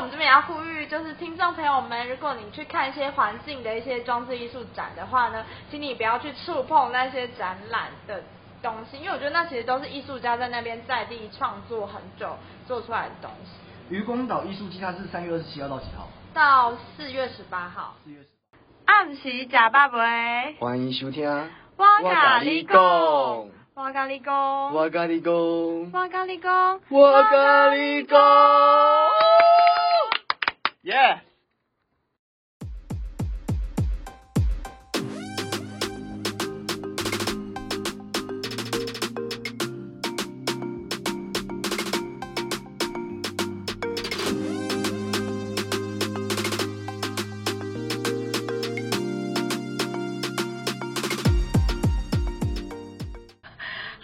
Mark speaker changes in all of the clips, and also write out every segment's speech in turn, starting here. Speaker 1: 们这边也要呼吁，就是听众朋友们，如果你去看一些环境的一些装置艺术展的话呢，请你不要去触碰那些展览的东西，因为我觉得那其实都是艺术家在那边在地创作很久做出来的东西。
Speaker 2: 渔光岛艺术季它是三月二十七号到几号？
Speaker 1: 到四月十八号，
Speaker 2: 四月十。
Speaker 1: 暗时假爸爸。
Speaker 2: 欢迎收听。
Speaker 1: 我甲
Speaker 2: 甲你
Speaker 1: 你
Speaker 2: 讲
Speaker 1: 讲，我甲你讲，
Speaker 2: 我跟你讲，
Speaker 1: 我甲你讲，
Speaker 2: 我跟你讲。耶！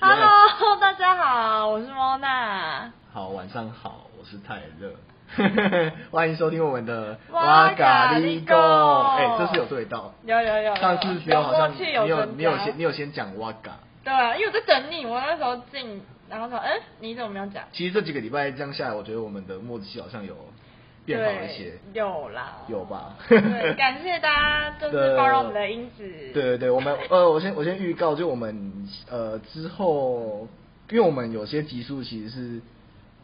Speaker 1: Hello，大家好，我是莫娜。
Speaker 2: 好，晚上好，我是泰热。 欢迎收听我们的
Speaker 1: 哇
Speaker 2: 咖
Speaker 1: 咖
Speaker 2: 喱
Speaker 1: 喱
Speaker 2: 贡
Speaker 1: 贡
Speaker 2: 哎，这是有对到。
Speaker 1: 有有有有
Speaker 2: 上次只有好像
Speaker 1: 默
Speaker 2: 你
Speaker 1: 契
Speaker 2: 有
Speaker 1: 有
Speaker 2: 你有
Speaker 1: 增加
Speaker 2: 先你有先讲哇嘎，
Speaker 1: 对，因为我在等你，我那时候进，然后说，嗯，你怎么没有讲？
Speaker 2: 其实这几个礼拜这样下来，我觉得我们的默契好像有变好了一些。
Speaker 1: 对有啦，
Speaker 2: 有吧
Speaker 1: 对，感谢大家就是包容我们的因子。
Speaker 2: 对对对，我们呃，我先我先预告，就我们呃之后，因为我们有些集数其实是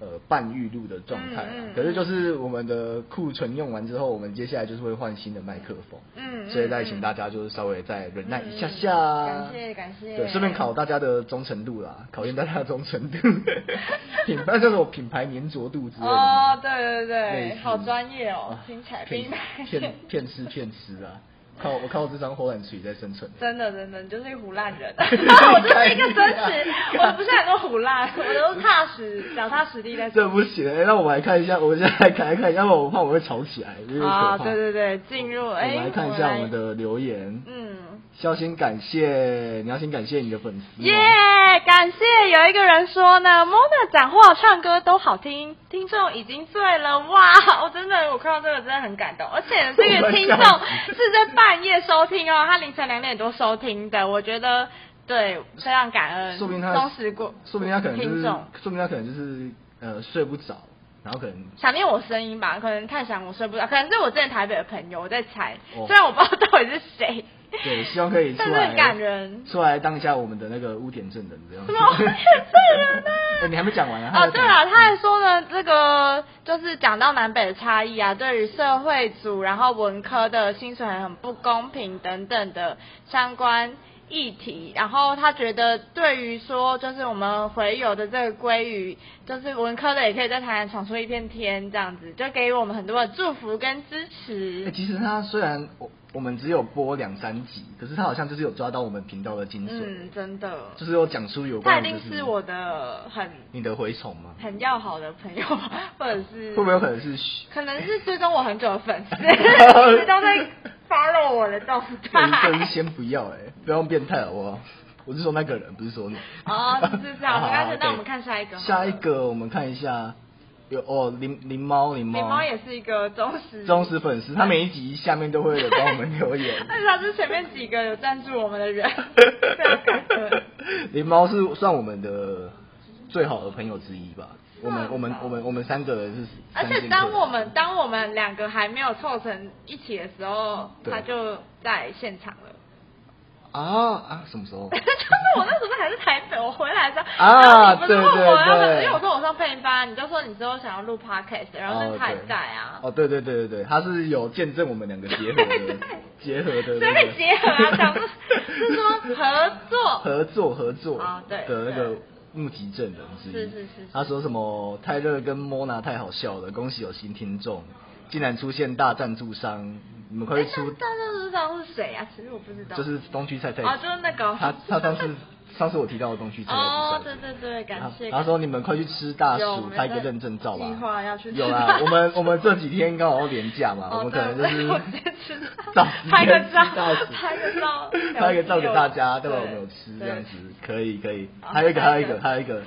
Speaker 2: 呃半预录的状态、啊，
Speaker 1: 嗯嗯
Speaker 2: 可是就是我们的库存用完之后，我们接下来就是会换新的麦克风，
Speaker 1: 嗯，嗯，
Speaker 2: 所以再请大
Speaker 1: 家
Speaker 2: 家就是稍微再忍耐一下下，
Speaker 1: 感谢感谢。
Speaker 2: 对，顺便考大家的忠诚度啦，考验大家的忠 诚度，品牌叫做品牌粘着度之类的嘛。
Speaker 1: 哦，对对
Speaker 2: 类
Speaker 1: 对，
Speaker 2: 似
Speaker 1: 好专业哦
Speaker 2: 啊，
Speaker 1: 听起来
Speaker 2: 骗
Speaker 1: 品牌
Speaker 2: 骗骗吃骗 吃啊！靠我靠这张火眼锤在生存。
Speaker 1: 真的真的，你就是一个胡烂 人，我就是一个真实，我不是很多胡烂，我都是踏实、脚踏实地在做。
Speaker 2: 这不行、欸，让我们来看一下，我们现在来看一看，要不然我怕我会吵起来，有点可怕。
Speaker 1: 啊，对对对，进入
Speaker 2: 我
Speaker 1: 哎，
Speaker 2: 们来看一下我们，的留言。
Speaker 1: 嗯，
Speaker 2: 要先感谢，你要先感谢你的粉丝吗。哦
Speaker 1: 耶、感谢有一个人说呢，Mona 讲话、唱歌都好听，听众已经醉了哇！ 我真的，我看到这个真的很感动，而且这
Speaker 2: 我
Speaker 1: 个
Speaker 2: 们
Speaker 1: 听
Speaker 2: 笑
Speaker 1: 众
Speaker 2: 死
Speaker 1: 是在半夜收听哦，他凌晨两点多收听的，我觉得对，非常感恩，
Speaker 2: 说不定他
Speaker 1: 忠实过，
Speaker 2: 说不定他可能就是，
Speaker 1: 听众
Speaker 2: 说不定他可能就是呃睡不着，然后可能
Speaker 1: 想念我声音吧，可能太想我睡不着，可能是我之前台北的朋友，我在猜，
Speaker 2: 哦
Speaker 1: 虽然我不知道到底是谁。
Speaker 2: 对，希望可以出
Speaker 1: 但是
Speaker 2: 来，
Speaker 1: 很感人。
Speaker 2: 出来当一下我们的那个污点证人这样子。
Speaker 1: 什么污点证人呢啊
Speaker 2: 哎你还没讲完啊？
Speaker 1: 哦，对了，
Speaker 2: 还没讲
Speaker 1: 他还说呢，这个就是讲到南北的差异啊，对于社会组然后文科的薪水很不公平等等的相关议题，然后他觉得对于说就是我们回游的这个鲑鱼，就是文科的也可以在台湾闯出一片天，这样子就给予我们很多的祝福跟支
Speaker 2: 哎、
Speaker 1: 持。
Speaker 2: 其实他虽然我我们只有播两三集，可是他好像就是有抓到我们频道的精髓，
Speaker 1: 嗯，真的，
Speaker 2: 就是有讲出有
Speaker 1: 他
Speaker 2: 关
Speaker 1: 一
Speaker 2: 于、就
Speaker 1: 定是我的很
Speaker 2: 你的蛔虫吗？
Speaker 1: 很要好的朋友吧，或者是
Speaker 2: 会不会有可能是嘘
Speaker 1: 可能是追踪我很久的粉 丝，一直都在 follow 我的动
Speaker 2: 人生
Speaker 1: 态。
Speaker 2: 先不要哎、不要用变态好不好？ 我是说那个人，不是说你。
Speaker 1: 哦是 是好没关系
Speaker 2: OK
Speaker 1: 那我们看下一个好了
Speaker 2: 下一个我们看一下，有哦，林林猫，林
Speaker 1: 狸
Speaker 2: 猫，
Speaker 1: 猫也是一个忠实。
Speaker 2: 忠实粉丝，他每一集下面都会有帮我们留言
Speaker 1: 但是他是前面几个有赞助我们的人， 非常感恩。
Speaker 2: 狸猫是算我们的最好的朋友之一吧？我
Speaker 1: 算
Speaker 2: 们
Speaker 1: 吧
Speaker 2: 我们我们我们三个人是
Speaker 1: 而
Speaker 2: 三剑客，
Speaker 1: 且当我们当我们两个还没有凑成一起的时候，
Speaker 2: 对
Speaker 1: 他就在现场了。？
Speaker 2: 啊啊什么时候
Speaker 1: 就是我那时候还是台北，我回来的时候，
Speaker 2: 啊
Speaker 1: 然后你不是问
Speaker 2: 对对
Speaker 1: 我要不要，
Speaker 2: 对
Speaker 1: 因为我说我上配音班，你就说你之后想要录 podcast，然后
Speaker 2: 哦
Speaker 1: 那他也
Speaker 2: 对
Speaker 1: 在啊，
Speaker 2: 哦，对对对对对，他是有见证我们两个结 合的结合的
Speaker 1: 所
Speaker 2: 那个
Speaker 1: 以结合啊，讲的是说合作，
Speaker 2: 合作合作
Speaker 1: 哦对
Speaker 2: 的那个
Speaker 1: 对
Speaker 2: 目击证人之一。
Speaker 1: 是是是是
Speaker 2: 他说什么泰勒跟莫娜太好笑了，恭喜有新听众，竟然出现大赞助商，你们快
Speaker 1: 哎
Speaker 2: 去出，
Speaker 1: 大家都知道是谁啊？其实我不知道，
Speaker 2: 就是东区菜菜。
Speaker 1: 哦就是那个
Speaker 2: 他他上次上次我提到的东区菜菜比赛。
Speaker 1: 哦，对对对，感谢。
Speaker 2: 然后说你们快去吃大
Speaker 1: 有我
Speaker 2: 薯
Speaker 1: 们
Speaker 2: 拍个
Speaker 1: 在
Speaker 2: 认证照吧。
Speaker 1: 计划要去吃
Speaker 2: 有
Speaker 1: 大
Speaker 2: 啦，
Speaker 1: 薯
Speaker 2: 我们我们这几天刚好要廉价嘛，
Speaker 1: 哦
Speaker 2: 我们可能就
Speaker 1: 对我
Speaker 2: 是
Speaker 1: 们去吃
Speaker 2: 找
Speaker 1: 拍个
Speaker 2: 时间
Speaker 1: 照
Speaker 2: 吃大薯
Speaker 1: 拍个照
Speaker 2: 拍个照给大家，
Speaker 1: 对
Speaker 2: 代表我们有吃这
Speaker 1: 对
Speaker 2: 样子，可以可以。
Speaker 1: 好
Speaker 2: 还有一个还
Speaker 1: 下
Speaker 2: 有
Speaker 1: 一
Speaker 2: 一个
Speaker 1: 个
Speaker 2: 还有一个，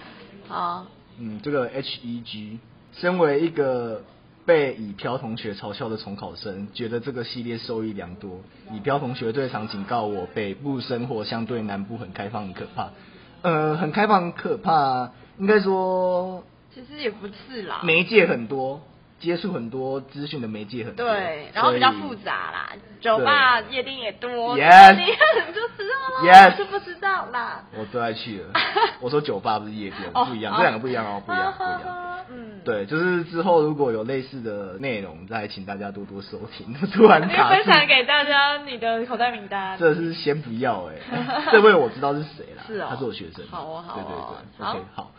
Speaker 1: 好，
Speaker 2: 嗯，这个 H E G，身为一个被以飘同学嘲笑的重考生，觉得这个系列受益良多。以飘同学最常警告我，北部生活相对南部很开放很可怕。呃，很开放很可怕，应该说
Speaker 1: 其实也不是啦，
Speaker 2: 媒介很多，接触很多资讯的媒介很多，
Speaker 1: 对，然后比较复
Speaker 2: 杂。
Speaker 1: 杂啦，酒吧、夜店也多
Speaker 2: Yes
Speaker 1: 你很就知道啦
Speaker 2: Yes
Speaker 1: 我就不知道啦。
Speaker 2: 我最 爱去了。我说酒吧不是夜店，
Speaker 1: 哦
Speaker 2: 不一样，
Speaker 1: 哦
Speaker 2: 这两个不一样哦，不一样，不一样。
Speaker 1: 样。嗯，
Speaker 2: 对，就是之后如果有类似的内容，再请大家多多收听。 突然
Speaker 1: 你
Speaker 2: 卡
Speaker 1: 分享
Speaker 2: 住，
Speaker 1: 给大家你的口袋名单。
Speaker 2: 这是先不要 哎、这位我知道是谁啦，
Speaker 1: 是哦
Speaker 2: 他是我学生。
Speaker 1: 好哦好哦
Speaker 2: 对对对
Speaker 1: 好
Speaker 2: ，OK，好。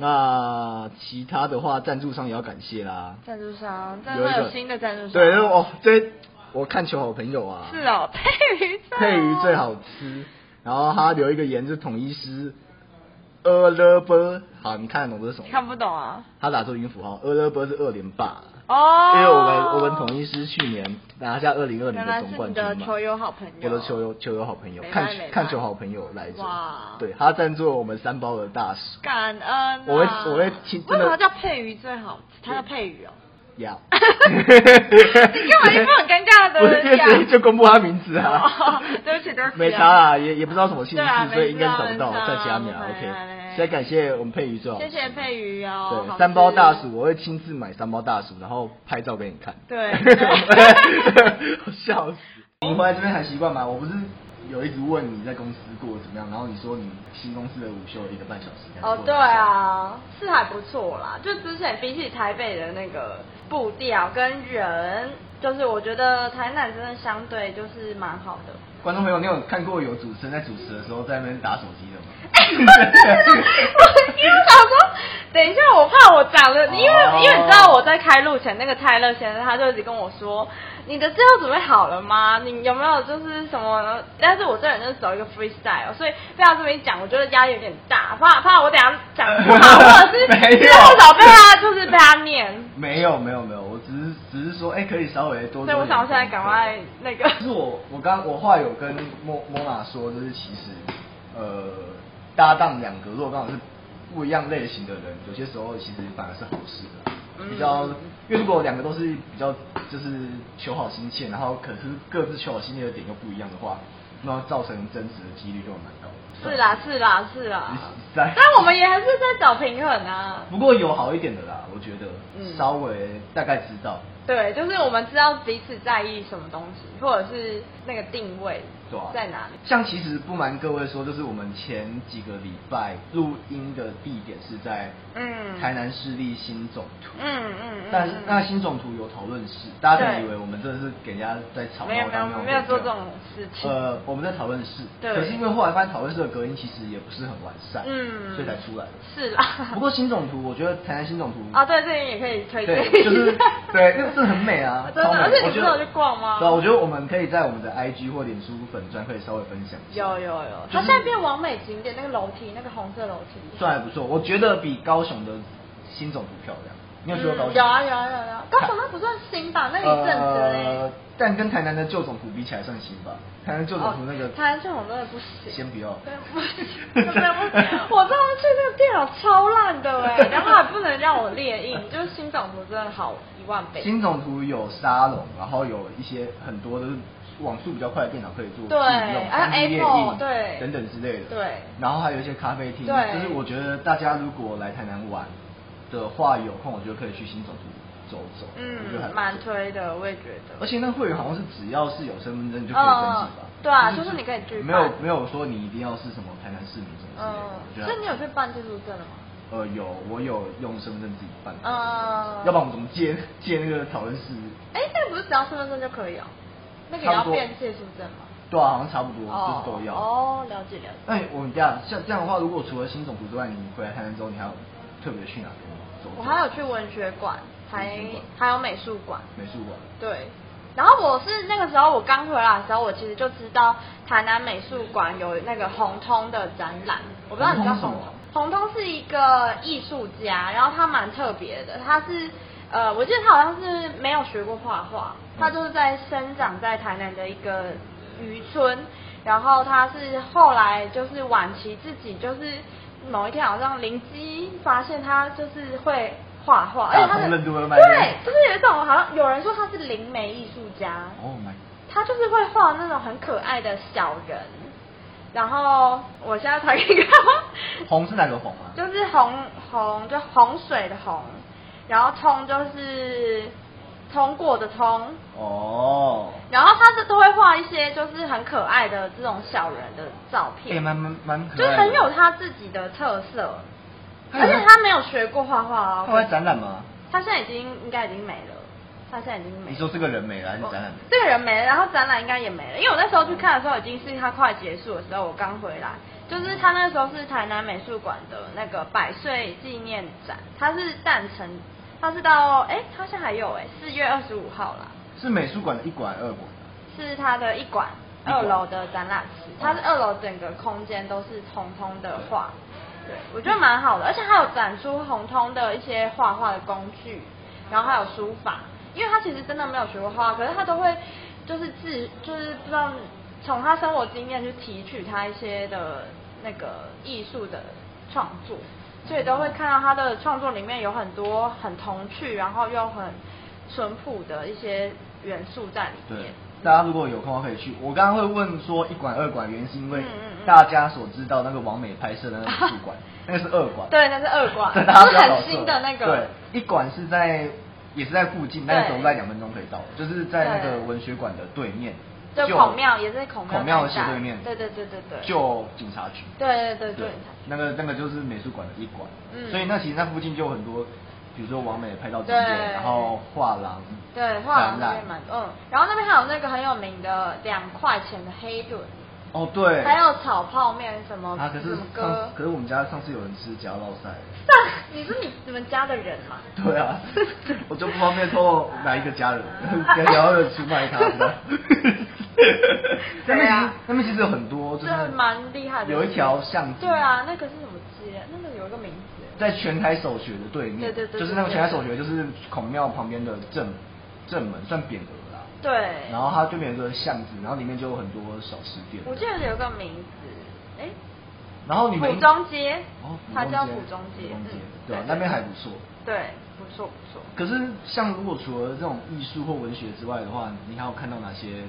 Speaker 2: 那其他的话，赞助商也要感谢啦。
Speaker 1: 赞助商，真
Speaker 2: 有一
Speaker 1: 的
Speaker 2: 个
Speaker 1: 有新的赞助商。
Speaker 2: 对，因为哦，这我看球好朋友啊，
Speaker 1: 是哦，配鱼赞哦
Speaker 2: 配鱼最。好吃。然后他留一个言是统一师，呃了啵，好，你看得懂这是什么吗？
Speaker 1: 看不懂啊。
Speaker 2: 他打出音符号，呃勒波是二连霸，
Speaker 1: 哦。
Speaker 2: 因为我们我们统一师去年拿下二零二零
Speaker 1: 原来
Speaker 2: 的
Speaker 1: 是
Speaker 2: 总冠
Speaker 1: 你
Speaker 2: 军
Speaker 1: 的
Speaker 2: 嘛
Speaker 1: 球。友好朋友。
Speaker 2: 我的球。友球友好朋友，
Speaker 1: 没
Speaker 2: 看
Speaker 1: 赖没赖
Speaker 2: 看球好朋友来着
Speaker 1: 哇，
Speaker 2: 对他赞助了我们三包的大使
Speaker 1: 感恩啊。
Speaker 2: 我会我会亲
Speaker 1: 为什
Speaker 2: 真的
Speaker 1: 么叫配鱼最好？他叫配 鱼哦。，
Speaker 2: 呀
Speaker 1: 你干嘛一副很尴尬的
Speaker 2: 不是因为
Speaker 1: 样
Speaker 2: 直接就公布他名字
Speaker 1: 哦
Speaker 2: 啊，
Speaker 1: 对不起对不起啊
Speaker 2: 没差啊，也也不知道什么兴
Speaker 1: 对啊
Speaker 2: 趣，所以应该
Speaker 1: 没差
Speaker 2: 找不到，
Speaker 1: 没差啊
Speaker 2: 再加
Speaker 1: 没
Speaker 2: 秒
Speaker 1: 差
Speaker 2: OK
Speaker 1: 嘞。
Speaker 2: 先感谢我们佩瑜最好吃，
Speaker 1: 谢谢佩瑜哦，好
Speaker 2: 对，
Speaker 1: 吃
Speaker 2: 三包大薯，。我会亲自买三包大薯，然后拍照给你看。
Speaker 1: 对
Speaker 2: 我 笑死。你回来这边还习惯吗？我不是有一直问你在公司过得怎么样，然后你说你新公司的午休一个半小时。
Speaker 1: 哦，对，啊，是还不错啦。就之前比起台北的那个步调跟人，就是我觉得台南真的相对就是蛮好的。
Speaker 2: 观众朋友，你有看过有主持人在主持的时候在那边打手机的
Speaker 1: 我因
Speaker 2: 吗？
Speaker 1: 为想说，等一下，我怕我讲了，因为、
Speaker 2: 哦
Speaker 1: 因为你知道我在开录前，那个泰勒先生他就一直跟我说，你的资料准备好了吗？你有没有就是什么？但是我这人就是走一个 freestyle，所以被他这么一讲，我觉得压力有点大，怕怕我等一下讲不好，或者是
Speaker 2: 没有
Speaker 1: 至少被他就是被他念。
Speaker 2: 没有没有没有，我只是只是说，哎、可以稍微多。
Speaker 1: 所以我想我现在赶快那 个，
Speaker 2: 其实我我刚我话有跟莫莫娜说，就是其实呃搭档两个如果刚好是不一样类型的人，有些时候其实反而是好事
Speaker 1: 嗯
Speaker 2: 的，比较、因为如果两个都是比较就是求好心切，然后可是各自求好心切的点又不一样的话，那造成争执的几率就蛮高的。
Speaker 1: 是啦是啦是啦
Speaker 2: 你，在
Speaker 1: 但我们也还是在找平衡啊。
Speaker 2: 不过有好一点的啦，我觉得、
Speaker 1: 嗯
Speaker 2: 稍微大概知道，
Speaker 1: 对，就是我们知道彼此在意什么东西，或者是那个定位
Speaker 2: 对啊，
Speaker 1: 在哪里。
Speaker 2: 像其实不瞒各位说，就是我们前几个礼拜录音的地点是在
Speaker 1: 嗯
Speaker 2: 台南市立新总图，
Speaker 1: 嗯嗯嗯。
Speaker 2: 但是那新总图有讨论室，大家可能
Speaker 1: 对
Speaker 2: 以为我们真的是给人家在吵闹，
Speaker 1: 没有没有
Speaker 2: 当中
Speaker 1: 没有做这种事情
Speaker 2: 呃，我们在讨论室，
Speaker 1: 对
Speaker 2: 可是因为后来发现讨论室的隔音其实也不是很完善，
Speaker 1: 嗯
Speaker 2: 所以才出来的。
Speaker 1: 是啦。
Speaker 2: 不过新总图，我觉得台南新总图
Speaker 1: 啊， 对，这里也可以推荐一
Speaker 2: 对
Speaker 1: 下，，
Speaker 2: 就是对，那个真的很美啊，
Speaker 1: 真的
Speaker 2: 超美
Speaker 1: 而且你
Speaker 2: 我觉
Speaker 1: 不是有
Speaker 2: 得
Speaker 1: 去逛吗
Speaker 2: 对啊，我觉得我们可以在我们的 IG 或脸书粉专可以稍微分享一下。
Speaker 1: 有有有，
Speaker 2: 就
Speaker 1: 它
Speaker 2: 是
Speaker 1: 现在变完美景点，那个楼梯，那个红色楼梯。
Speaker 2: 算还不错，我觉得比高雄的新总图漂亮。你有去过高雄？
Speaker 1: 嗯有啊有啊有啊有啊，高雄那不算新吧？那一阵子嘞
Speaker 2: 呃。，但跟台南的旧总图比起来算新吧。台南旧总图那个
Speaker 1: 哦，台南这种真的不行。
Speaker 2: 先不要
Speaker 1: 真的不行，真的不行。我上次去那个电脑超烂的哎、然后还不能让我列印，就是新总图真的好一万倍。
Speaker 2: 新总图有沙龙，然后有一些很多都是网速比较快的电脑可以做
Speaker 1: 对
Speaker 2: 自己用
Speaker 1: 还有
Speaker 2: 3D 列
Speaker 1: Apple，
Speaker 2: 印
Speaker 1: 对
Speaker 2: 等等之类的，
Speaker 1: 对
Speaker 2: 然后还有一些咖啡厅，
Speaker 1: 对
Speaker 2: 就是我觉得大家如果来台南玩的话，有空我觉得可以去新总图走走，我觉得还
Speaker 1: 嗯，
Speaker 2: 不错
Speaker 1: 蛮。推的，我也觉得。
Speaker 2: 而且那会员好像是只要是有身份证就可以登记吧？
Speaker 1: 嗯对啊
Speaker 2: 只
Speaker 1: 就是你可以去办
Speaker 2: 没有没有说你一定要是什么台南市民什么之类的。
Speaker 1: 嗯，
Speaker 2: 我觉得
Speaker 1: 所以你有去办技术证了吗？
Speaker 2: 呃，有，我有用身份证自己办。
Speaker 1: 嗯
Speaker 2: 要不然我们怎么借借那个讨论室？
Speaker 1: 哎，那个不是只要身份证就可以哦？那个也
Speaker 2: 差
Speaker 1: 要
Speaker 2: 不多
Speaker 1: 变技术证吗？
Speaker 2: 对啊，好像差不多，
Speaker 1: 哦
Speaker 2: 就是都要。
Speaker 1: 哦，了解了解。
Speaker 2: 那我们这样，像这样的话，如果除了新总图之外，你回来台南之后，你还有特别去哪边走走？
Speaker 1: 我还有去文学馆，还
Speaker 2: 文学馆
Speaker 1: 还有美术馆。
Speaker 2: 美术馆。
Speaker 1: 对，然后我是那个时候我刚回来的时候，我其实就知道台南美术馆有那个红通的展览，我不知道你知道
Speaker 2: 红
Speaker 1: 红通
Speaker 2: 通是什么。
Speaker 1: 红通是一个艺术家，然后他蛮特别的，他是呃，我记得他好像是没有学过画画，他就是在生长在台南的一个渔村，然后他是后来就是晚期自己就是某一天好像灵机发现他就是会画画，而且他
Speaker 2: 打
Speaker 1: 的
Speaker 2: 通任督二脉
Speaker 1: 对，就是有一种好像有人说他是灵媒艺术家，
Speaker 2: Oh my，
Speaker 1: 他就是会画那种很可爱的小人。然后我现在传给你看，
Speaker 2: 红是哪个红啊？
Speaker 1: 就是洪洪就洪水的洪，然后通就是通过的通，
Speaker 2: 哦，
Speaker 1: 然后他是都会画一些就是很可爱的这种小人的照
Speaker 2: 也
Speaker 1: 片，
Speaker 2: 哎蛮蛮蛮可
Speaker 1: 就
Speaker 2: 爱的，
Speaker 1: 很有他自己的特色，
Speaker 2: 他有
Speaker 1: 而
Speaker 2: 在
Speaker 1: 且他没有学过画画哦，
Speaker 2: 他有哎在展览吗？
Speaker 1: 他现在已经应该已经没了，他现在已经没了。
Speaker 2: 你说这个人没了还是展览没了？
Speaker 1: 这个人没了，然后展览应该也没了，因为我那时候去看的时候已经是他快结束的时候，我刚回来。就是他那时候是台南美术馆的那个百岁纪念展，他是诞辰，他是到哎、他现在还有哎、四月二十五号啦，
Speaker 2: 是美术馆的一馆二馆啊，
Speaker 1: 是他的一馆
Speaker 2: 一馆
Speaker 1: 二楼的展览室，它是二楼整个空间都是红通的画，对我觉得蛮好的，而且还有展出红通的一些画画的工具，然后还有书法，因为他其实真的没有学过画画，可是他都会就是自就是不知道从他生活经验去提取他一些的那个艺术的创作，所以都会看到他的创作里面有很多很童趣，然后又很淳朴的一些元素在里面
Speaker 2: 对。，大家如果有空的话可以去。我刚刚会问说一馆二馆，原因是因为
Speaker 1: 嗯嗯嗯
Speaker 2: 大家所知道那个王美拍摄的那个美术 馆，那个是二馆。
Speaker 1: 对那是二馆
Speaker 2: 对， 大家不要
Speaker 1: 是很
Speaker 2: 搞错
Speaker 1: 新的那个
Speaker 2: 对，一馆是在也是在附近，但是
Speaker 1: 对
Speaker 2: 走路在两分钟可以到，就是在那
Speaker 1: 对
Speaker 2: 个文学馆的对面，
Speaker 1: 就
Speaker 2: 旧
Speaker 1: 孔庙也是孔庙
Speaker 2: 孔庙的
Speaker 1: 那一
Speaker 2: 斜
Speaker 1: 带
Speaker 2: 对面，
Speaker 1: 对对对对对
Speaker 2: 旧警察局。
Speaker 1: 对对对对，
Speaker 2: 那个那个就是美术馆的一馆，
Speaker 1: 嗯
Speaker 2: 所以那其实那附近就有很多，比如说王美拍照景
Speaker 1: 对
Speaker 2: 点，然后画廊，
Speaker 1: 对，画廊那
Speaker 2: 展览
Speaker 1: 边蛮嗯，然后那边还有那个很有名的两块钱的黑盾，
Speaker 2: 哦对，
Speaker 1: 还有炒泡面什么
Speaker 2: 啊，可
Speaker 1: 什
Speaker 2: 是
Speaker 1: 么
Speaker 2: 上
Speaker 1: 哥
Speaker 2: 可，是我们家上次有人吃夹烙塞，
Speaker 1: 上你 是你你们家的人吗？
Speaker 2: 对啊， 我就不方便透露哪一个家人，等一下要出卖 他，知道
Speaker 1: 对啊
Speaker 2: 那边其实那边其实有很多，就是
Speaker 1: 这蛮厉害的，
Speaker 2: 有一条巷子，
Speaker 1: 对啊，那个是什么街？那个有一个名字，
Speaker 2: 在全台首学的对面，
Speaker 1: 对对对对
Speaker 2: 就是那个全台首学，就是孔庙旁边的正正门，算匾额啦。
Speaker 1: 对，
Speaker 2: 然后它这边有一个巷子，然后里面就有很多小吃店。
Speaker 1: 我记得有一个名字，哎，
Speaker 2: 然后你们
Speaker 1: 府中街
Speaker 2: 哦，
Speaker 1: 它
Speaker 2: 中
Speaker 1: 叫
Speaker 2: 街
Speaker 1: 府中街
Speaker 2: 府中街
Speaker 1: 嗯，
Speaker 2: 对啊，
Speaker 1: 对
Speaker 2: 那边还不错。
Speaker 1: 对，不错不错。
Speaker 2: 可是，像如果除了这种艺术或文学之外的话，你还有看到哪些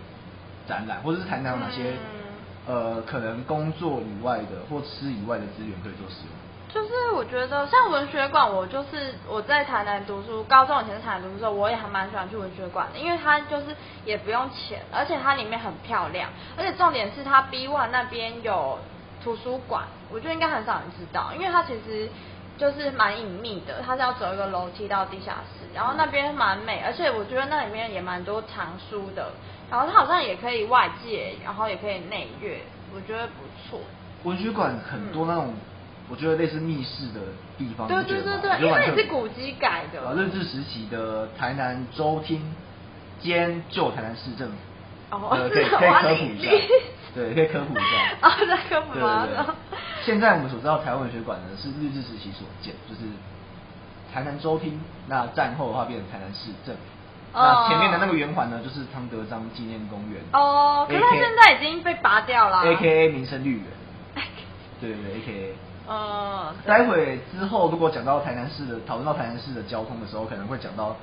Speaker 2: 展览，或者是谈谈有哪些、
Speaker 1: 嗯
Speaker 2: 呃，可能工作以外的或吃以外的资源可以做使用？
Speaker 1: 就是我觉得像文学馆，我就是我在台南读书，高中以前在台南读书的时候，我也还蛮喜欢去文学馆的，因为它就是也不用钱，而且它里面很漂亮，而且重点是它 B One 那边有图书馆，我觉得应该很少人知道，因为它其实就是蛮隐秘的，它是要走一个楼梯到地下室，然后那边蛮美，而且我觉得那里面也蛮多藏书的，然后它好像也可以外借，然后也可以内阅，我觉得不错。
Speaker 2: 文学馆很多那种，我觉得类似密室的地方。
Speaker 1: 对
Speaker 2: 你觉得吗
Speaker 1: 对对对
Speaker 2: 我觉得蛮
Speaker 1: 因为
Speaker 2: 特别
Speaker 1: 是古迹改的
Speaker 2: 啊日治时期的台南州厅兼旧台南市政府。
Speaker 1: 哦
Speaker 2: 呃 可以
Speaker 1: 是
Speaker 2: 可以
Speaker 1: 哇
Speaker 2: 科普
Speaker 1: 你
Speaker 2: 一下
Speaker 1: 你，
Speaker 2: 对，可以科普一下
Speaker 1: 。哦在科普吗
Speaker 2: 对对对现在我们所知道台湾文学馆呢是日治时期所建，就是台南州厅，那战后的话变成台南市政府。
Speaker 1: 哦
Speaker 2: 那前面的那个圆环呢，就是汤德章纪念公园。
Speaker 1: 哦，可是它
Speaker 2: AK
Speaker 1: 现在已经被拔掉了。啊
Speaker 2: A K A 民生绿园。对对对，A K A。
Speaker 1: 嗯，
Speaker 2: 待会之后如果讲到台南市的，讨论到台南市的交通的时候，可能会讲到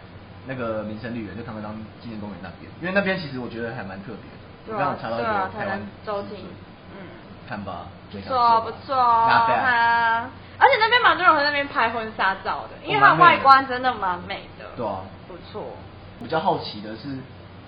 Speaker 2: 那个民生绿园，就唐德章纪念公园那边，因为那边其实我觉得还蛮特别的。
Speaker 1: 对
Speaker 2: 我刚
Speaker 1: 啊
Speaker 2: 好查到一
Speaker 1: 对
Speaker 2: 个
Speaker 1: 啊，台
Speaker 2: 台湾
Speaker 1: 南周
Speaker 2: 地
Speaker 1: 庭
Speaker 2: 址，
Speaker 1: 嗯，
Speaker 2: 看吧，
Speaker 1: 不
Speaker 2: 对
Speaker 1: 错哦不错，
Speaker 2: Not bad
Speaker 1: 啊而且那边蛮多人会在那边拍婚纱照的，因为
Speaker 2: 哦
Speaker 1: 它
Speaker 2: 蛮
Speaker 1: 的
Speaker 2: 美的
Speaker 1: 外观真的蛮美的。
Speaker 2: 对啊
Speaker 1: 不错。
Speaker 2: 比较好奇的是，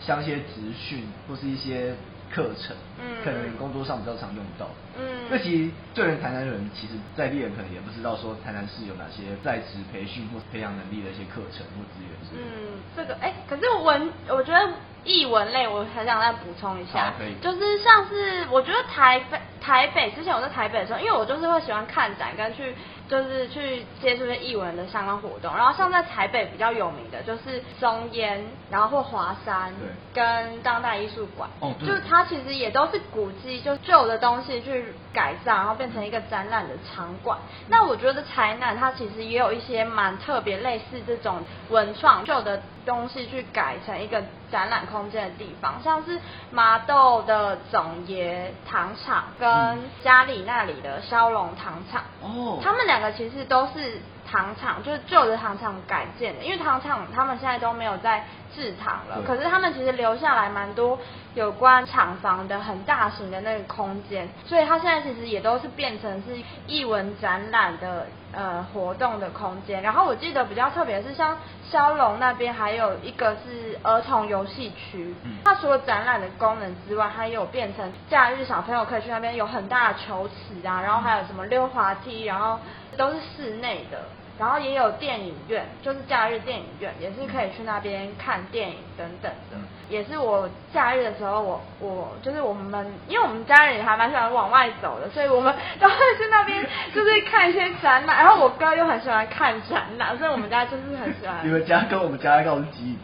Speaker 2: 像一些职训或是一些课程，
Speaker 1: 嗯
Speaker 2: 可能工作上比较常用到。
Speaker 1: 嗯
Speaker 2: 那其实就连台南人，其实在地人可能也不知道说台南市有哪些在职培训或培养能力的一些课程或资源之类的。
Speaker 1: 嗯，这个哎、可是文，我觉得译文类，我很想再补充一下
Speaker 2: 好可以，
Speaker 1: 就是像是我觉得台北台北之前我在台北的时候，因为我就是会喜欢看展跟去就是去接触一些译文的相关活动，然后像在台北比较有名的就是松烟，然后或华山
Speaker 2: 对
Speaker 1: 跟当代艺术馆，
Speaker 2: 哦对
Speaker 1: 就是它其实也都是古迹，就旧的东西去改造，然后变成一个展览的场馆。那我觉得台南它其实也有一些蛮特别类似这种文创旧的东西去改成一个展览空间的地方，像是麻豆的总爷糖厂跟
Speaker 2: 嗯
Speaker 1: 嘉里那里的骁龙糖厂。
Speaker 2: 哦
Speaker 1: 他们两个其实都是糖厂，就是旧的糖厂改建的，因为糖厂他们现在都没有在市场了。
Speaker 2: 对
Speaker 1: 可是他们其实留下来蛮多有关厂房的很大型的那个空间，所以它现在其实也都是变成是艺文展览的呃活动的空间。然后我记得比较特别是像骁龙那边还有一个是儿童游戏区，
Speaker 2: 嗯
Speaker 1: 它除了展览的功能之外，它也有变成假日小朋友可以去那边有很大的球池啊，然后还有什么溜滑梯，然后都是室内的，然后也有电影院，就是假日电影院也是可以去那边看电影等等的
Speaker 2: 嗯。
Speaker 1: 也是我假日的时候我，我就是我们，因为我们家人还蛮喜欢往外走的，所以我们都会去那边就是看一些展览。然后我哥又很喜欢看展览，所以我们家就是很喜欢
Speaker 2: 你们家跟我们家刚好是极极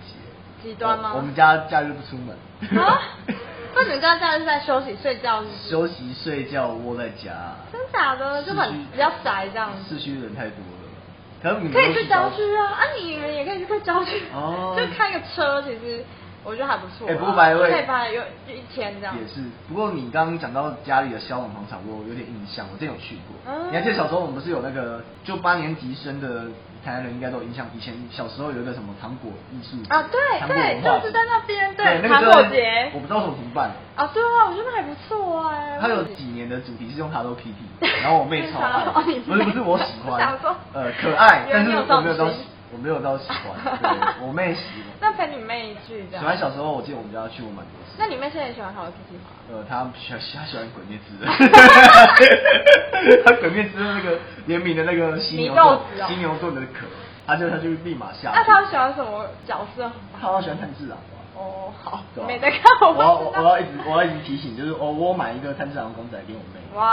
Speaker 1: 极端吗？
Speaker 2: 我我们家假日不出门。
Speaker 1: 啊， 那你家假日在休息睡觉是不是
Speaker 2: 休息睡觉窝在家。
Speaker 1: 真假的就很
Speaker 2: 市区
Speaker 1: 比较宅这样
Speaker 2: 市区人太多了，可能你们
Speaker 1: 可以
Speaker 2: 都
Speaker 1: 去
Speaker 2: 是
Speaker 1: 郊区啊，啊，你们也可以去郊区，
Speaker 2: 哦
Speaker 1: 就开个车，其实我觉得还不错啊、
Speaker 2: 哎不过白
Speaker 1: 就
Speaker 2: 味
Speaker 1: 可以把有就一天这样。
Speaker 2: 也是，不过你刚刚讲到家里的消防广场，我有点印象，我真有去过。
Speaker 1: 嗯
Speaker 2: 你还记得小时候我们不是有那个，就八年级生的台湾人应该都有印象，以前小时候有一个什么糖果艺术节
Speaker 1: 啊对
Speaker 2: 糖果
Speaker 1: 对
Speaker 2: 文化节
Speaker 1: 就是在那边对
Speaker 2: 对那个真的
Speaker 1: 糖果节
Speaker 2: 我不知道为什么怎么办。
Speaker 1: 啊，对啊，我觉得还不错哎、
Speaker 2: 它有几年的主题是用 Hello Kitty，然后我妹超
Speaker 1: 哦
Speaker 2: 爱
Speaker 1: 你妹，
Speaker 2: 不是不是我喜
Speaker 1: 我
Speaker 2: 欢
Speaker 1: 想说，
Speaker 2: 呃可爱，
Speaker 1: 原来
Speaker 2: 但
Speaker 1: 你
Speaker 2: 是
Speaker 1: 有这种
Speaker 2: 我没有到
Speaker 1: 心
Speaker 2: 喜我没有到喜 欢，对我妹喜欢。
Speaker 1: 那陪你妹一去这样。
Speaker 2: 喜欢小时候，我记得我们家去过蛮多次。
Speaker 1: 那你妹现在也喜欢 Hello Kitty 吗？
Speaker 2: 呃，他喜欢他喜欢鬼灭 之刃，他鬼灭之刃那个联名的那个犀牛
Speaker 1: 米豆
Speaker 2: 盾
Speaker 1: 子哦，
Speaker 2: 犀牛盾的壳，他就他就立马下。
Speaker 1: 那她喜欢什么角色？
Speaker 2: 他好喜欢炭治郎吧。
Speaker 1: 哦，好，
Speaker 2: 对吧啊
Speaker 1: 没得看，我不
Speaker 2: 我要我
Speaker 1: 知
Speaker 2: 我要
Speaker 1: 道
Speaker 2: 一。直我要一直提醒，就是哦，我买一个炭治郎公仔给我妹。还不错
Speaker 1: 哇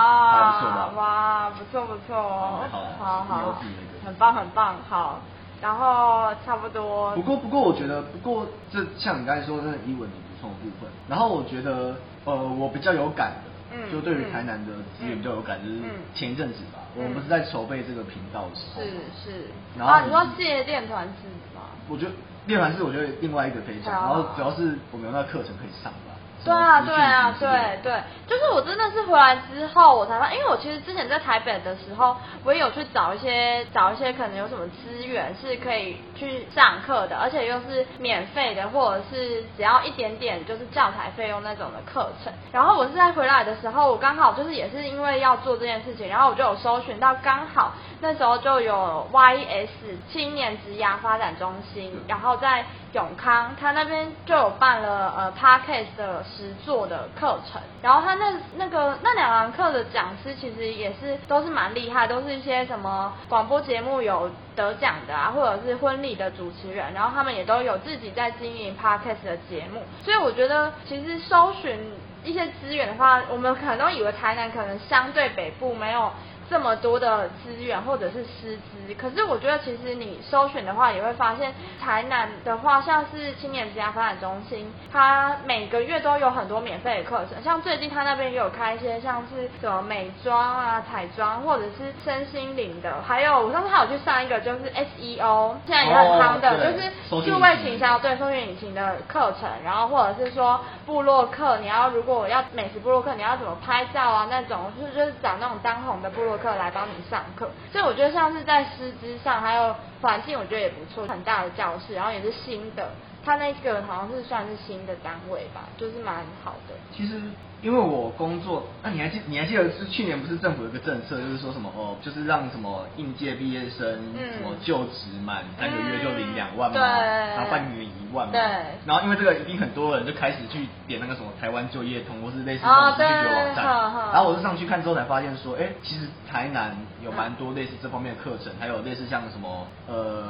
Speaker 2: 吧
Speaker 1: 哇，不错不错哦，
Speaker 2: 好啊
Speaker 1: 好
Speaker 2: 你有
Speaker 1: 好
Speaker 2: 自己那，个
Speaker 1: 很棒很棒，好，然后差不多
Speaker 2: 不过不过，我觉得不过这像你刚才说的那英文的补充的部分，然后我觉得呃，我比较有感的，
Speaker 1: 嗯
Speaker 2: 就对于台南的资源比较有感，就是
Speaker 1: 嗯
Speaker 2: 前一阵子吧，
Speaker 1: 嗯
Speaker 2: 我们不是在筹备这个频道的时候，
Speaker 1: 是是，
Speaker 2: 然
Speaker 1: 啊，
Speaker 2: 后
Speaker 1: 你说借练团是吗？
Speaker 2: 我觉得练团是我觉得另外一个可以讲，
Speaker 1: 好
Speaker 2: 然后主要是我们有那个课程可以上吧。
Speaker 1: 对啊，
Speaker 2: 什
Speaker 1: 对
Speaker 2: 么
Speaker 1: 啊，
Speaker 2: 戏剧之类
Speaker 1: 对
Speaker 2: 的。
Speaker 1: 对，就是我真的是回来之后，我才发现，因为我其实之前在台北的时候，我也有去找一些找一些可能有什么资源是可以去上课的，而且又是免费的，或者是只要一点点就是教材费用那种的课程。然后我是在回来的时候，我刚好就是也是因为要做这件事情，然后我就有搜寻到，刚好那时候就有 YS 青年职涯发展中心，然后在永康，他那边就有办了呃 Parkes 的实作的课程，然后他那那个那两堂课的讲师其实也是都是蛮厉害，都是一些什么广播节目有得奖的啊，或者是婚礼的主持人，然后他们也都有自己在经营 Parkes 的节目，所以我觉得其实搜寻一些资源的话，我们可能都以为台南可能相对北部没有。这么多的资源或者是师资，可是我觉得其实你搜选的话，也会发现台南的话，像是青年职涯发展中心，它每个月都有很多免费的课程，像最近它那边也有开一些像是什么美妆啊、彩妆或者是身心灵的，还有我上次还有去上一个就是 SEO，现在也很夯的，
Speaker 2: 哦对
Speaker 1: 就
Speaker 2: 搜
Speaker 1: 是
Speaker 2: 寻
Speaker 1: 数位
Speaker 2: 引擎
Speaker 1: 行销对搜寻引擎的课程，然后或者是说部落客，你要如果要美食部落客，你要怎么拍照啊那种，就是就是找那种当红的部落客来帮你上课。所以我觉得像是在师资上还有环境，我觉得也不错，很大的教室，然后也是新的，它那个好像是算是新的单位吧，就是蛮好的。
Speaker 2: 其实因为我工作，那、你还记你还记得是去年不是政府有个政策，就是说什么哦，就是让什么应届毕业生、
Speaker 1: 嗯
Speaker 2: 什么就职满三个月就领两万嘛，
Speaker 1: 对
Speaker 2: 然后半年一万嘛。
Speaker 1: 对
Speaker 2: 然后因为这个，一定很多人就开始去点那个什么台湾就业通，或是类似这
Speaker 1: 哦
Speaker 2: 种拒绝网站。
Speaker 1: 对呵呵
Speaker 2: 然后我就上去看之后才发现说，哎，其实台南有蛮多类似这方面的课程，还有类似像什么呃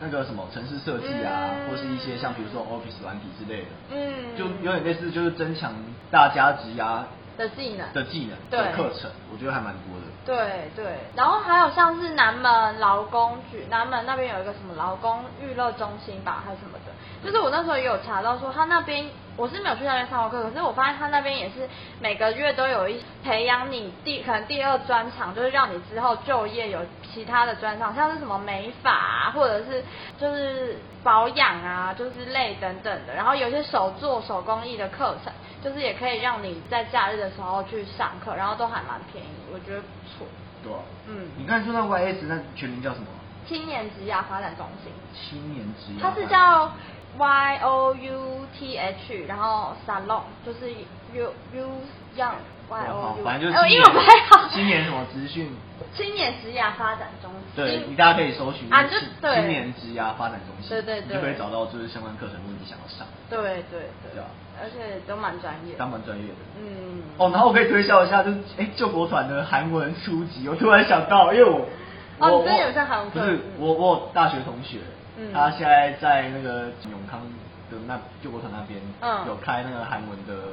Speaker 2: 那个什么城市设计啊，
Speaker 1: 嗯
Speaker 2: 或是一些像比如说 Office 软体之类的。
Speaker 1: 嗯，
Speaker 2: 就有点类似，就是增强大家职涯
Speaker 1: 的技能。
Speaker 2: 的技能
Speaker 1: 对
Speaker 2: 的课程，我觉得还蛮多的。
Speaker 1: 对对，然后还有像是南门劳工局，南门那边有一个什么劳工娱乐中心吧，还是什么的，就是我那时候也有查到说，他那边我是没有去那边上过课，可是我发现他那边也是每个月都有一培养你第可能第二专长，就是让你之后就业有其他的专长，像是什么美发、啊、或者是就是保养啊，就是之类等等的，然后有一些手做手工艺的课程，就是也可以让你在假日的时候去上课，然后都还蛮便宜，我觉得不错。
Speaker 2: 对啊
Speaker 1: 嗯
Speaker 2: 你刚才说那 YS 那全名叫什么？啊
Speaker 1: 青年职涯发展中心，
Speaker 2: 青年职业，
Speaker 1: 它是叫 Y O U T H，然后 salon 就是 U U Young Y
Speaker 2: 啊好
Speaker 1: O，U，
Speaker 2: 反正就
Speaker 1: 哦
Speaker 2: 是
Speaker 1: 英文不太好，
Speaker 2: 青年什么资讯，
Speaker 1: 青年职涯发展中心，
Speaker 2: 对你大家可以搜寻
Speaker 1: 啊，就
Speaker 2: 青
Speaker 1: 对
Speaker 2: 青年职涯发展中心，
Speaker 1: 对对对
Speaker 2: 你就可以找到就是相关课程，如果你想要上，
Speaker 1: 对对对
Speaker 2: 对啊，
Speaker 1: 而且都蛮专业的，
Speaker 2: 当蛮专业的。
Speaker 1: 嗯，
Speaker 2: 哦，然后我可以推销一下，就是哎救国团的韩文书籍，我突然想到，因为我
Speaker 1: 哦你
Speaker 2: 我
Speaker 1: 真的
Speaker 2: 我
Speaker 1: 有在韩文
Speaker 2: 不
Speaker 1: 课
Speaker 2: 是
Speaker 1: 嗯
Speaker 2: 我我有大学同学，
Speaker 1: 嗯
Speaker 2: 他现在在那个永康的那救国团那边，
Speaker 1: 嗯
Speaker 2: 有开那个韩文的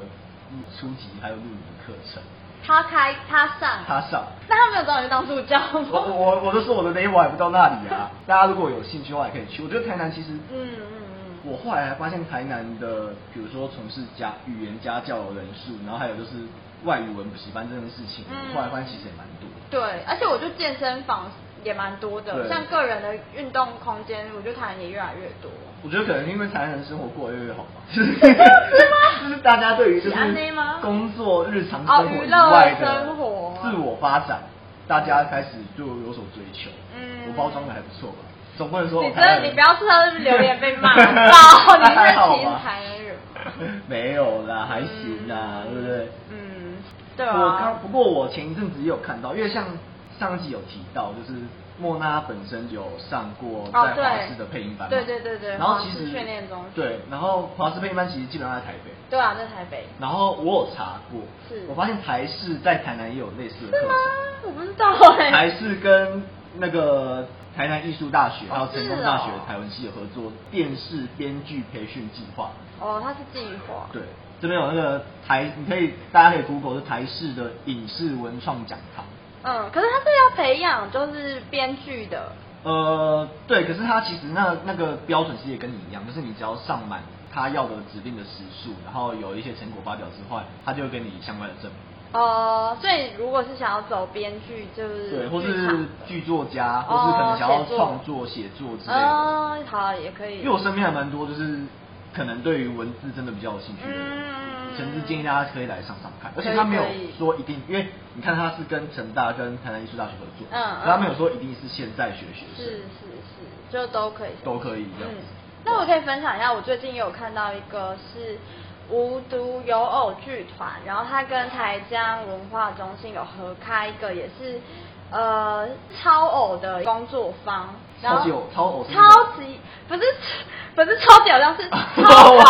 Speaker 2: 书籍还有录影的课 程，
Speaker 1: 他开他上，
Speaker 2: 他上。
Speaker 1: 那他没有找你去当助教吗？
Speaker 2: 我我我都说我的 level 还不到那里啊，大家如果有兴趣的话也可以去。我觉得台南其实，
Speaker 1: 嗯嗯嗯，
Speaker 2: 我后来还发现台南的，比如说从事家语言家教的人数，然后还有就是外语文补习班这件事情，
Speaker 1: 嗯
Speaker 2: 我后来发现其实也蛮多的。
Speaker 1: 对，而且我觉得健身房也蛮多的，
Speaker 2: 对
Speaker 1: 像个人的运动空间，我觉得台南也越来越多。
Speaker 2: 我觉得可能因为台南人生活过得越来越好 吧，就是 就是大家对于就是
Speaker 1: 是安内吗
Speaker 2: 工作日常
Speaker 1: 哦
Speaker 2: 生活
Speaker 1: 娱
Speaker 2: 以
Speaker 1: 乐
Speaker 2: 外的
Speaker 1: 生活啊
Speaker 2: 自我发展，大家开始就有所追求。
Speaker 1: 嗯
Speaker 2: 我包装的还不错吧，总不能说我
Speaker 1: 你真
Speaker 2: 台南
Speaker 1: 的
Speaker 2: 人
Speaker 1: 你不要吃到这边留言被 骂爆，你
Speaker 2: 还好
Speaker 1: 是其实
Speaker 2: 吧
Speaker 1: 台南人吗？
Speaker 2: 没有啦，还行啦，对不对？
Speaker 1: 嗯，对
Speaker 2: 我刚
Speaker 1: 啊。
Speaker 2: 不过我前一阵子也有看到，因为像上一集有提到，就是莫娜本身有上过在
Speaker 1: 哦
Speaker 2: 华
Speaker 1: 对
Speaker 2: 视的配音班嘛、
Speaker 1: 对对对对
Speaker 2: 然后
Speaker 1: 华
Speaker 2: 其
Speaker 1: 视
Speaker 2: 实
Speaker 1: 训练中心
Speaker 2: 对，然后华视配音班其实基本上在台北，
Speaker 1: 对啊，在台北。
Speaker 2: 然后我有查过，
Speaker 1: 是
Speaker 2: 我发现台视在台南也有类似的
Speaker 1: 是
Speaker 2: 课
Speaker 1: 吗
Speaker 2: 程，？
Speaker 1: 我不知道哎、
Speaker 2: 台视跟那个台南艺术大学还有
Speaker 1: 哦
Speaker 2: 成
Speaker 1: 是
Speaker 2: 功
Speaker 1: 哦
Speaker 2: 大学台文系有合作电视编剧培训计划，
Speaker 1: 哦，它是计划。
Speaker 2: 对，这边有那个台，你可以大家可以 Google 是台式的影视文创讲堂。
Speaker 1: 嗯，可是它是要培养就是编剧的。
Speaker 2: 呃，对，可是它其实那那个标准其实也跟你一样，就是你只要上满他要的指定的时数，然后有一些成果发表之后，他就会给你相关的证明，
Speaker 1: 哦，所以如果是想要走编剧，就是
Speaker 2: 对，或
Speaker 1: 剧场
Speaker 2: 是
Speaker 1: 的
Speaker 2: 剧作家，或是可能想要
Speaker 1: 哦写作
Speaker 2: 创作、写作之类的。
Speaker 1: 哦，好也可以。
Speaker 2: 因为我身边还蛮多，就是可能对于文字真的比较有兴趣的人，
Speaker 1: 嗯
Speaker 2: 甚至建议大家可以来上上看，而
Speaker 1: 可以
Speaker 2: 且他没有
Speaker 1: 可以
Speaker 2: 说一定，因为你看他是跟成大跟台南艺术大学合作，
Speaker 1: 嗯嗯
Speaker 2: 他没有说一定是现在学学
Speaker 1: 是
Speaker 2: 生
Speaker 1: 是是，就都可以。
Speaker 2: 都可以这样
Speaker 1: 嗯
Speaker 2: 子。，
Speaker 1: 那我可以分享一下，我最近有看到一个是无独有偶剧团，然后它跟台江文化中心有合开一个，也是呃超偶的工作坊，然后
Speaker 2: 超级偶超偶是什么
Speaker 1: 超级不是不是超级偶 像是超
Speaker 2: 哦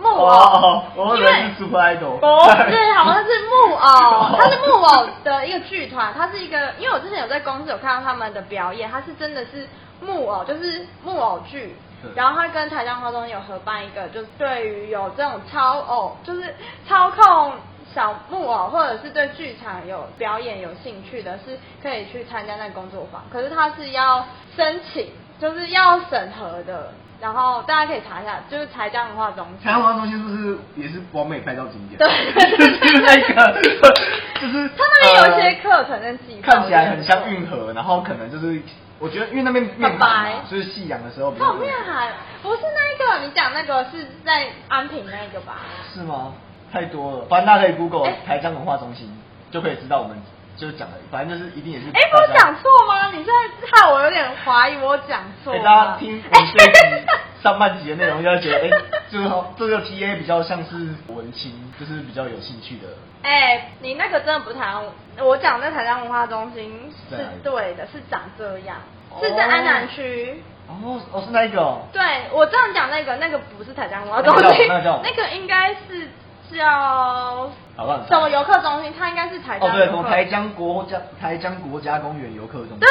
Speaker 1: 梦木
Speaker 2: 哦
Speaker 1: 偶，
Speaker 2: 我以
Speaker 1: 因
Speaker 2: 为
Speaker 1: 为
Speaker 2: 是 Super Idol，
Speaker 1: 不是，好像是木偶 它是木偶的一个剧团，它是一个，因为我之前有在公司有看到他们的表演，它是真的是木偶，就是木偶剧
Speaker 2: 对。
Speaker 1: 然后它跟台江高中有合办一个，就是对于有这种超偶，就是操控小木偶，或者是对剧场有表演有兴趣的，是可以去参加那个工作坊。可是它是要申请，就是要审核的。然后大家可以查一下，就是台江文化中心。
Speaker 2: 台湾文化中心是不是也是完美拍照景点？
Speaker 1: 对
Speaker 2: 就是那个，就是
Speaker 1: 他那边有一些课程跟计划
Speaker 2: 呃看起来很像运河，然后可能就是我觉得因为那边面海嘛
Speaker 1: 白
Speaker 2: 就是夕阳的时候比较
Speaker 1: 泡面海不是那一个，你讲那个是在安平那个吧？
Speaker 2: 是吗？太多了，反正大家可以 Google
Speaker 1: 哎
Speaker 2: 台江文化中心就可以知道我们就是讲的，反正就是一定也是大
Speaker 1: 哎、
Speaker 2: 家。
Speaker 1: 我讲错吗？你现在害我有点怀疑我讲错
Speaker 2: 给
Speaker 1: 了。
Speaker 2: 哎大家 听我们这一集上半集的内容，就会觉得哎，这个这个 TA 比较像是文青，就是比较有兴趣的。
Speaker 1: 哎、你那个真的不是台湾，我讲在台江文化中心
Speaker 2: 在哪
Speaker 1: 是
Speaker 2: 里
Speaker 1: 对的，是长这样，
Speaker 2: 哦
Speaker 1: 是在安南区。
Speaker 2: 哦，哦是那一个哦，
Speaker 1: 对我这样讲那个，那个不是台江文化中心，
Speaker 2: 啊那个叫那个叫
Speaker 1: 那个应该是叫
Speaker 2: 好乱猜
Speaker 1: 什么游客中心？它应该是台江
Speaker 2: 哦对，
Speaker 1: 游
Speaker 2: 什
Speaker 1: 客
Speaker 2: 么台江国家台江国家公园游客中心，
Speaker 1: 对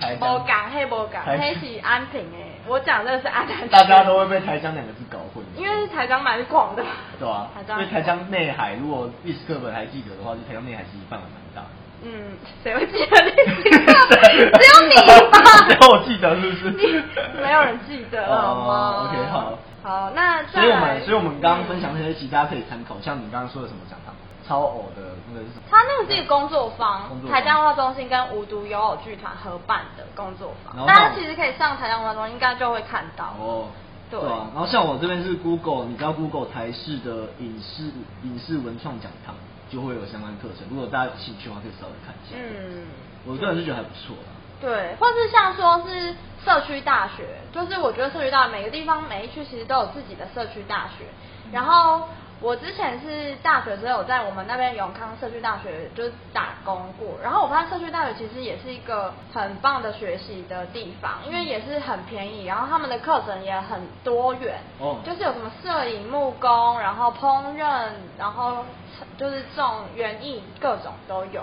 Speaker 2: 台
Speaker 1: 对，无
Speaker 2: 江，
Speaker 1: 港黑无港，
Speaker 2: 台
Speaker 1: 黑是安平诶，我讲的是安南，
Speaker 2: 大家都会被台江两个字搞混，
Speaker 1: 因为台江蛮广的，
Speaker 2: 对啊，
Speaker 1: 台
Speaker 2: 因
Speaker 1: 江
Speaker 2: 为台，江内海，如果历史课本还记得的话，就台江内海其实范围蛮大的。
Speaker 1: 嗯，谁会记得历史课？只有你
Speaker 2: 只
Speaker 1: 吧？
Speaker 2: 有我记得是不是？
Speaker 1: 没有人记得好吗
Speaker 2: 哦，OK，好。
Speaker 1: 好，那再
Speaker 2: 所以我们，所以我们刚刚
Speaker 1: 嗯
Speaker 2: 分享那些其他可以参考，像你刚刚说的什么讲堂，超偶的那个是什么？
Speaker 1: 他那个是一个工作坊
Speaker 2: 工，作坊
Speaker 1: 台江文化中心跟无独有偶剧团合办的工作
Speaker 2: 然
Speaker 1: 坊，
Speaker 2: 后
Speaker 1: 大家
Speaker 2: 他们
Speaker 1: 其实可以上台江文化中心，应该就会看到。
Speaker 2: 哦，
Speaker 1: 对
Speaker 2: 啊。然后像我这边是 Google，你知道 Google 台式的影视影视文创讲堂就会有相关课程，如果大家有兴趣的话，可以稍微看一下。
Speaker 1: 嗯，
Speaker 2: 我个人是觉得还不错啦。
Speaker 1: 对，或是像说是社区大学，就是我觉得社区大每个地方每一区其实都有自己的社区大学。然后我之前是大学的时候有在我们那边永康社区大学就是打工过，然后我发现社区大学其实也是一个很棒的学习的地方，因为也是很便宜，然后他们的课程也很多元，
Speaker 2: 哦
Speaker 1: 就是有什么摄影、木工，然后烹饪，然后就是种园艺，各种都有。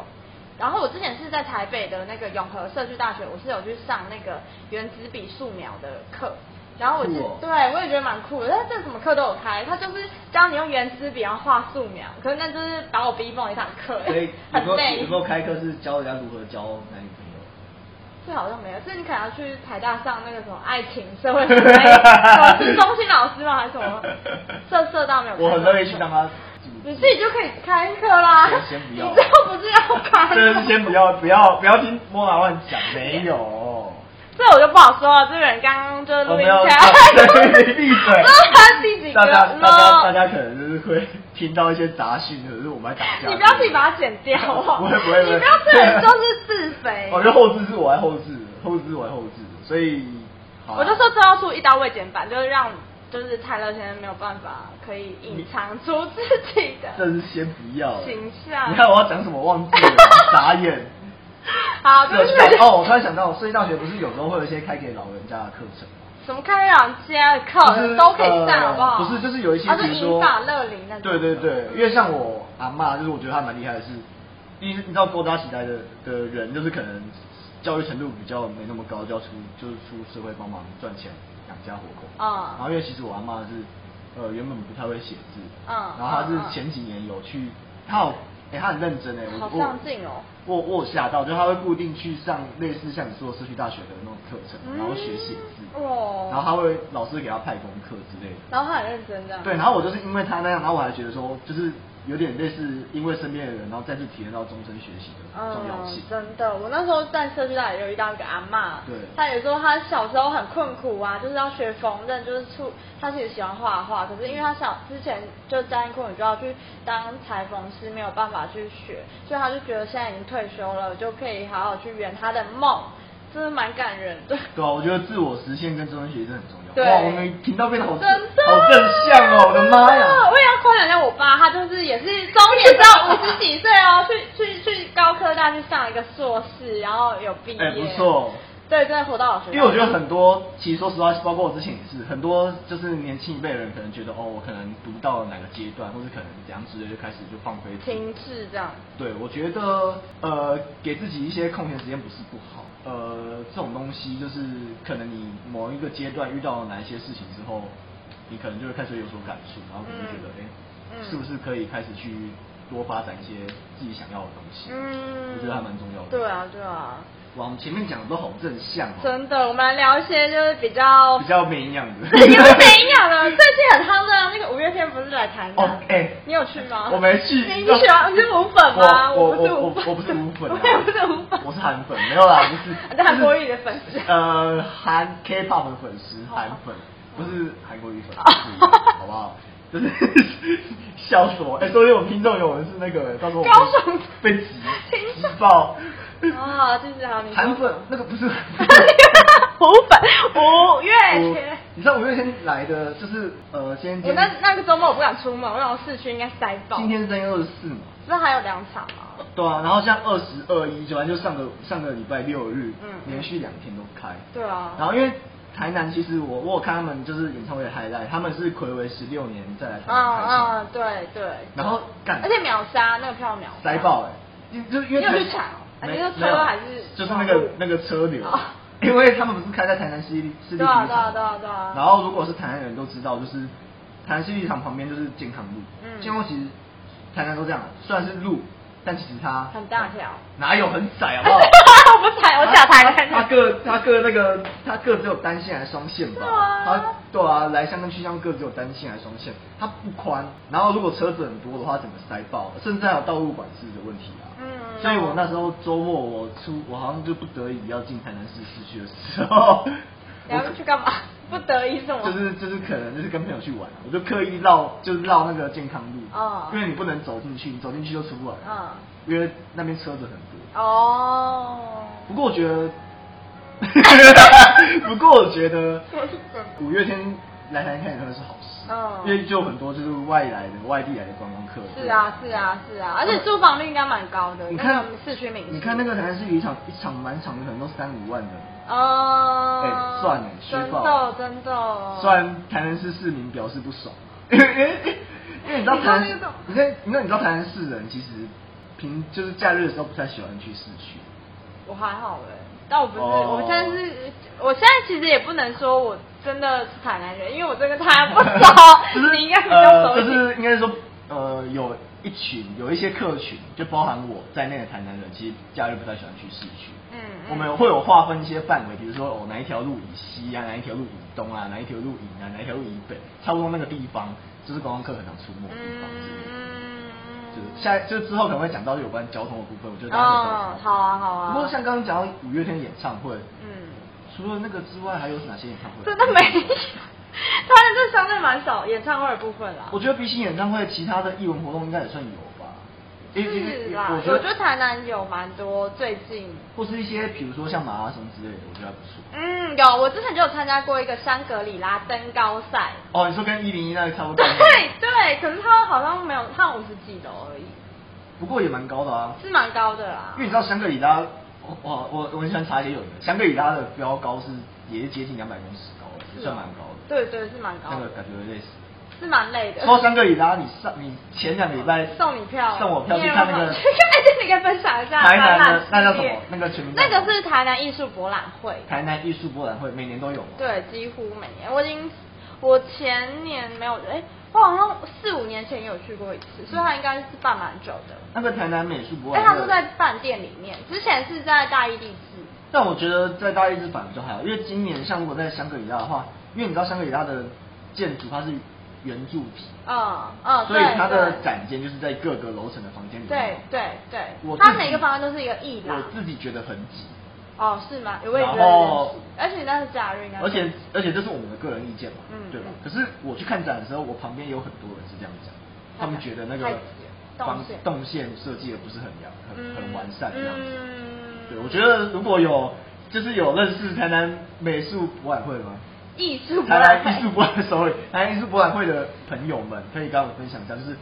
Speaker 1: 然后我之前是在台北的那个永和社区大学，我是有去上那个原子笔素描的课。然后我是、
Speaker 2: 酷哦
Speaker 1: 对我也觉得蛮酷的，但这什么课都有开，他就是教你用圆珠笔然后画素描，可是那就是把我逼疯一堂 课，
Speaker 2: 所以有
Speaker 1: 很
Speaker 2: 时候
Speaker 1: 累
Speaker 2: 有时。候开课是教人家如何交男女 朋友，
Speaker 1: 这好像没有，这你可能要去台大上那个什么爱情社会 学，哎我是中心老师吗？还是什么？社社大没有开课。
Speaker 2: 我很乐意去当他助理。
Speaker 1: 你自己就可以开课啦。
Speaker 2: 先先不要
Speaker 1: 你这样不是要开？
Speaker 2: 真的是先不。要不要不要听莫娜乱讲，没有。
Speaker 1: 这我就不好说了，这个人刚刚就是录
Speaker 2: 我
Speaker 1: 音
Speaker 2: 们
Speaker 1: 起
Speaker 2: 要
Speaker 1: 来，
Speaker 2: 对闭嘴。
Speaker 1: 他第几个
Speaker 2: 大家大家大
Speaker 1: 呢？
Speaker 2: 家可能就是会听到一些杂讯，可是我们在打架。
Speaker 1: 你不要自己把它剪掉哦！
Speaker 2: 不会不会，
Speaker 1: 你不要这人就是自肥。
Speaker 2: 我觉得后置是我还后置，后置是我还后置，所以好啊
Speaker 1: 我就说这要出一刀未剪版，就是让就是泰勒先生没有办法可以隐藏出自己
Speaker 2: 这
Speaker 1: 的
Speaker 2: 是先不要了
Speaker 1: 形象
Speaker 2: 你看我要讲什么忘记了，傻眼。
Speaker 1: 好，就是
Speaker 2: 社区大哦，我突然想到，社区大学不是有时候会有一些开给老人家的课程吗？
Speaker 1: 什么开朗家的
Speaker 2: 就是
Speaker 1: 课都可以上，好不好？
Speaker 2: 呃不是，就是有一些，
Speaker 1: 啊，就
Speaker 2: 比如说
Speaker 1: 英法乐龄那种。
Speaker 2: 对对对，因为像我阿嬷，就是我觉得她蛮厉害的是，第一是你知道勾搭起来的的人，就是可能教育程度比较没那么高，就要出就是出社会帮忙赚钱养家活口。
Speaker 1: 嗯
Speaker 2: 然后因为其实我阿嬷是呃原本不太会写字，
Speaker 1: 嗯
Speaker 2: 然后她
Speaker 1: 嗯嗯
Speaker 2: 是前几年有去，她有哎、她很认真哎、我
Speaker 1: 好上进哦。
Speaker 2: 我我我有吓到，就她会固定去上类似像你说的社区大学的那种课程，然后学写字，
Speaker 1: 嗯哦
Speaker 2: 然后她会老师给她派功课之类的。
Speaker 1: 然后他很认真这样。
Speaker 2: 对，然后我就是因为他那样，然后我还觉得说，就是有点类似因为身边的人，然后再次体验到终身学习的重要
Speaker 1: 嗯
Speaker 2: 性，。
Speaker 1: 真的，我那时候在社区大学有遇到一个阿嬷，
Speaker 2: 对
Speaker 1: 她也说她小时候很困苦啊，就是要学缝纫，就是出她其实喜欢画画，可是因为她小之前就家庭困苦，就要去当裁缝师，没有办法去学，所以她就觉得现在已经退休了，就可以好好去圆她的梦，真的蛮感人的。
Speaker 2: 对啊，我觉得自我实现跟终身学习真的很重要。
Speaker 1: 对
Speaker 2: 哇，我们频道变得好
Speaker 1: 真的，
Speaker 2: 好正向哦，我的妈
Speaker 1: 真！
Speaker 2: 呀
Speaker 1: 的我也要夸奖一下我爸，他就是也是中年到五十几岁哦，去去去高科大去上一个硕士，然后有毕业，
Speaker 2: 哎、不错。
Speaker 1: 对，真的活到老学到老。
Speaker 2: 因为我觉得很多，其实说实话，包括我之前也是，很多就是年轻一辈的人可能觉得，哦，我可能读到了哪个阶段，或者可能怎样之类，就开始就放飞自我
Speaker 1: 停滞这样。
Speaker 2: 对，我觉得呃，给自己一些空闲时间不是不好。呃，这种东西就是可能你某一个阶段遇到了哪一些事情之后，你可能就会开始有所感触，然后你就觉得，哎、
Speaker 1: 嗯嗯
Speaker 2: 是不是可以开始去多发展一些自己想要的东西？
Speaker 1: 嗯，
Speaker 2: 我觉得还蛮重要的。
Speaker 1: 对啊，对啊，
Speaker 2: 哇，我们前面讲的都好正向哦，
Speaker 1: 真的，我们来聊一些就是比较
Speaker 2: 比较没营养的。
Speaker 1: 对因为没营养了。最近很夯的那个五月天不是来台南？
Speaker 2: 哦哎
Speaker 1: 你有去吗？
Speaker 2: 我没去。
Speaker 1: 你你喜欢你是五粉吗？
Speaker 2: 我
Speaker 1: 不是
Speaker 2: 我
Speaker 1: 五
Speaker 2: 我
Speaker 1: 粉，
Speaker 2: 我不是五粉啊
Speaker 1: 我也不是五粉，。
Speaker 2: 我是韩粉，没有啦，不是
Speaker 1: 你是 韩国语的粉丝。
Speaker 2: 呃，韩 K-pop 的粉丝，韩粉，不是韩国语粉丝，
Speaker 1: 哦
Speaker 2: 好不好？ 就是笑死我！哎、所以我们听众有人是那个，到时候我们
Speaker 1: 高雄
Speaker 2: 被挤
Speaker 1: 听
Speaker 2: 挤
Speaker 1: 众
Speaker 2: 爆。
Speaker 1: 哦，就是好，你
Speaker 2: 韩 粉那个不是
Speaker 1: 五粉五月
Speaker 2: 我
Speaker 1: 天。
Speaker 2: 你知道五月天来的就是呃，今天
Speaker 1: 我
Speaker 2: 今
Speaker 1: 那
Speaker 2: 天
Speaker 1: 那个周末我不敢出门，我让我市区应该塞爆。
Speaker 2: 今天是正月二十四嘛，
Speaker 1: 不是还有两场吗？
Speaker 2: 对啊，然后像二十二一，就反正就上个上个礼拜六日，
Speaker 1: 嗯
Speaker 2: 连续两天都开。
Speaker 1: 对啊。
Speaker 2: 然后因为台南，其实我我有看他们就是演唱会的 highlight，他们是暌违十六年再来台
Speaker 1: 嗯
Speaker 2: 南开唱，
Speaker 1: 嗯，对对。
Speaker 2: 然后干
Speaker 1: 而且秒杀那个票秒杀
Speaker 2: 塞爆哎、欸，就因为
Speaker 1: 你有
Speaker 2: 台
Speaker 1: 去抢哦
Speaker 2: 没
Speaker 1: 你是车
Speaker 2: 没有
Speaker 1: 还是
Speaker 2: 就是那个
Speaker 1: 网路
Speaker 2: 那个车流
Speaker 1: 哦，
Speaker 2: 因为他们不是开在台南西市立体育
Speaker 1: 对啊
Speaker 2: 场，
Speaker 1: 对啊对啊对啊
Speaker 2: 然后如果是台南人都知道，就是台南西体场旁边就是健康路，
Speaker 1: 嗯
Speaker 2: 健康路其实台南都这样，虽然是路，但其实它
Speaker 1: 很大条，
Speaker 2: 哪有很窄好不好？
Speaker 1: 我不踩，我假台南
Speaker 2: 他各他各那个他各只有单线还是双线吧？
Speaker 1: 是吗
Speaker 2: 他对啊，来向跟去向各只有单线还是双线，它不宽。然后如果车子很多的话，整个塞爆，甚至还有道路管制的问题啊。
Speaker 1: 嗯
Speaker 2: 所以我那时候周末我出，我好像就不得已要进台南市市区的时候，
Speaker 1: 你要去干嘛？不得已什么？
Speaker 2: 就是就是可能就是跟朋友去玩啊，我就刻意绕就是绕那个健康路，
Speaker 1: 哦
Speaker 2: 因为你不能走进去，你走进去就出不来，
Speaker 1: 嗯
Speaker 2: 因为那边车子很多。
Speaker 1: 哦，
Speaker 2: 不过我觉得 不过我觉得五月天来台看演唱会是好事，
Speaker 1: 嗯
Speaker 2: 因为就有很多就是外来的、外地来的观光客。
Speaker 1: 是啊，是啊，是啊，而且租房率应该蛮高的。
Speaker 2: 你看
Speaker 1: 那个市区明星，
Speaker 2: 你看那个台南市有一场一场满场的，可能都三五万的。
Speaker 1: 哦，
Speaker 2: 哎算了虚
Speaker 1: 真
Speaker 2: 报
Speaker 1: 的真的，
Speaker 2: 虽然台南市市民表示不爽， 因为因为你知道台南
Speaker 1: 你知道那种，
Speaker 2: 你在你知道你知道台南市人其实平就是假日的时候不太喜欢去市区。
Speaker 1: 我还好哎、但我不是，
Speaker 2: 哦
Speaker 1: 我现在是，我现在其实也不能说我真的是台南人，因为我真的跟他不
Speaker 2: 就
Speaker 1: 熟，
Speaker 2: 是
Speaker 1: 你应该比较
Speaker 2: 呃，
Speaker 1: 熟一
Speaker 2: 就
Speaker 1: 点。
Speaker 2: 是应该说呃，有一群有一些客群，就包含我在内的台南人，其实假日不太喜欢去市区。
Speaker 1: 嗯嗯
Speaker 2: 我们会有划分一些范围，比如说哦哪一条路以西啊，哪一条路以东啊，哪一条路以南，哪一条路以北，差不多那个地方就是观光客很常出没的地方
Speaker 1: 嗯
Speaker 2: 之类的。呃就是下就之后可能会讲到有关交通的部分，我觉得大家可以稍微
Speaker 1: 哦
Speaker 2: 知道
Speaker 1: 好啊好啊
Speaker 2: 不过像刚刚讲到五月天演唱会，
Speaker 1: 嗯，
Speaker 2: 除了那个之外，还有哪些演唱会？
Speaker 1: 真的没 有，他们这相对蛮少演唱会的部分啦。
Speaker 2: 我觉得比起演唱会，其他的艺文活动应该也算有吧。因为
Speaker 1: 是啦，
Speaker 2: 我
Speaker 1: 我
Speaker 2: 觉
Speaker 1: 觉得
Speaker 2: 得，
Speaker 1: 台南有蛮多最近。
Speaker 2: 或是一些比如说像马拉松之类的，我觉得还不错。
Speaker 1: 嗯，有，我之前就有参加过一个香格里拉登高赛，
Speaker 2: 哦，你说跟一零一那个差不多。
Speaker 1: 对。对，可是他好像没有，他五十几楼而已，
Speaker 2: 不过也蛮高的啊，
Speaker 1: 是蛮高的啦
Speaker 2: 因为。你知道香格里拉，我我我我很喜欢查一些有的，香格里拉的标高是也是接近两百公尺高的，也
Speaker 1: 是
Speaker 2: 算
Speaker 1: 哦
Speaker 2: 蛮高的。
Speaker 1: 对对，是蛮高
Speaker 2: 那个
Speaker 1: 的，
Speaker 2: 感觉类似。
Speaker 1: 是蛮累的。
Speaker 2: 说到香格里拉，你上你前两个礼拜
Speaker 1: 送你票，
Speaker 2: 送我票去
Speaker 1: 你也
Speaker 2: 看那
Speaker 1: 有
Speaker 2: 个
Speaker 1: 买哎，这你可以分享一下
Speaker 2: 台南
Speaker 1: 展
Speaker 2: 的
Speaker 1: 系
Speaker 2: 那叫什
Speaker 1: 列
Speaker 2: 么？那个全名叫
Speaker 1: 那
Speaker 2: 什么
Speaker 1: 个是台南艺术博览会，
Speaker 2: 台南艺术博览会，每年都有嘛。
Speaker 1: 对，几乎每年。我已经我前年没有，哎，我好像四五年前也有去过一次，所以它应该是办蛮久的。
Speaker 2: 那个台南美术博
Speaker 1: 但它
Speaker 2: 览会，
Speaker 1: 是在饭店里面，之前是在大义地市。
Speaker 2: 但我觉得在大一之反而就还好，因为今年像如果在香格里拉的话，因为你知道香格里拉的建筑它是圆柱体，
Speaker 1: 嗯嗯，
Speaker 2: 所以
Speaker 1: 对
Speaker 2: 它的
Speaker 1: 对
Speaker 2: 展间就是在各个楼层的房间里
Speaker 1: 对
Speaker 2: 面。
Speaker 1: 对对
Speaker 2: 我，自己
Speaker 1: 它每个房间都是一个艺廊
Speaker 2: 我。自己觉得很挤，
Speaker 1: 哦，是吗？我也觉得
Speaker 2: 然后
Speaker 1: 有点挤，而且那是假日，应该是
Speaker 2: 而且而且这是我们的个人意见嘛，
Speaker 1: 嗯
Speaker 2: 对吧
Speaker 1: 嗯？
Speaker 2: 可是我去看展的时候，我旁边有很多人是这样讲，他们觉得那
Speaker 1: 太
Speaker 2: 个
Speaker 1: 挤了
Speaker 2: 房
Speaker 1: 动线
Speaker 2: 动线设计的不是很良很很完善这样子。
Speaker 1: 嗯
Speaker 2: 对，我觉得如果有就是有认识台南美术博览会吗？
Speaker 1: 艺术博
Speaker 2: 台
Speaker 1: 览
Speaker 2: 南
Speaker 1: 会
Speaker 2: 艺术博览，sorry，台南艺术博览会的朋友们可以跟我分享一下，就是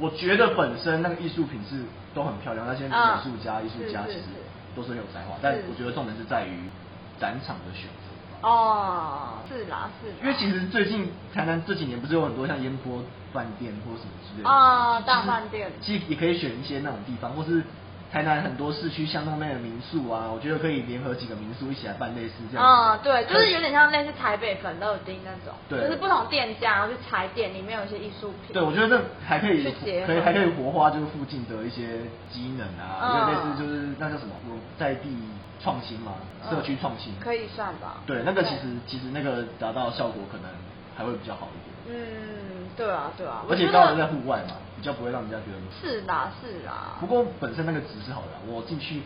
Speaker 2: 我觉得本身那个艺术品是都很漂亮，那些美术家、
Speaker 1: 嗯
Speaker 2: 艺术家
Speaker 1: 是
Speaker 2: 其
Speaker 1: 是
Speaker 2: 实
Speaker 1: 是
Speaker 2: 都是很有才华，但
Speaker 1: 是
Speaker 2: 我觉得重点是在于展场的选择，
Speaker 1: 哦，是啦是啦，
Speaker 2: 因为其实最近台南这几年不是有很多像烟波饭店或什么之类的
Speaker 1: 啊
Speaker 2: 就是
Speaker 1: 大饭店
Speaker 2: 其实也可以选一些那种地方，或是。台南很多市区巷弄内的民宿啊，我觉得可以联合几个民宿一起来办类似这样
Speaker 1: 嗯
Speaker 2: 子。
Speaker 1: 对，就是有点像类似台北粉乐町那种，
Speaker 2: 对
Speaker 1: 就是不同店家然后去踩点，里面有一些艺术品。
Speaker 2: 对，我觉得这还可以
Speaker 1: 去结，合
Speaker 2: 可以还可以活化，就是附近的一些机能啊，
Speaker 1: 嗯
Speaker 2: 就类似就是那叫什么在地创新嘛，
Speaker 1: 嗯
Speaker 2: 社区创新。
Speaker 1: 可以算吧。
Speaker 2: 对，那个其实其实那个达到效果可能还会比较好一点，
Speaker 1: 嗯，对啊对啊，
Speaker 2: 而且
Speaker 1: 我觉
Speaker 2: 刚好
Speaker 1: 得
Speaker 2: 在户外嘛，比较不会让人家觉得。
Speaker 1: 是啊啦是啦。
Speaker 2: 不过本身那个值是好的啊，我进去，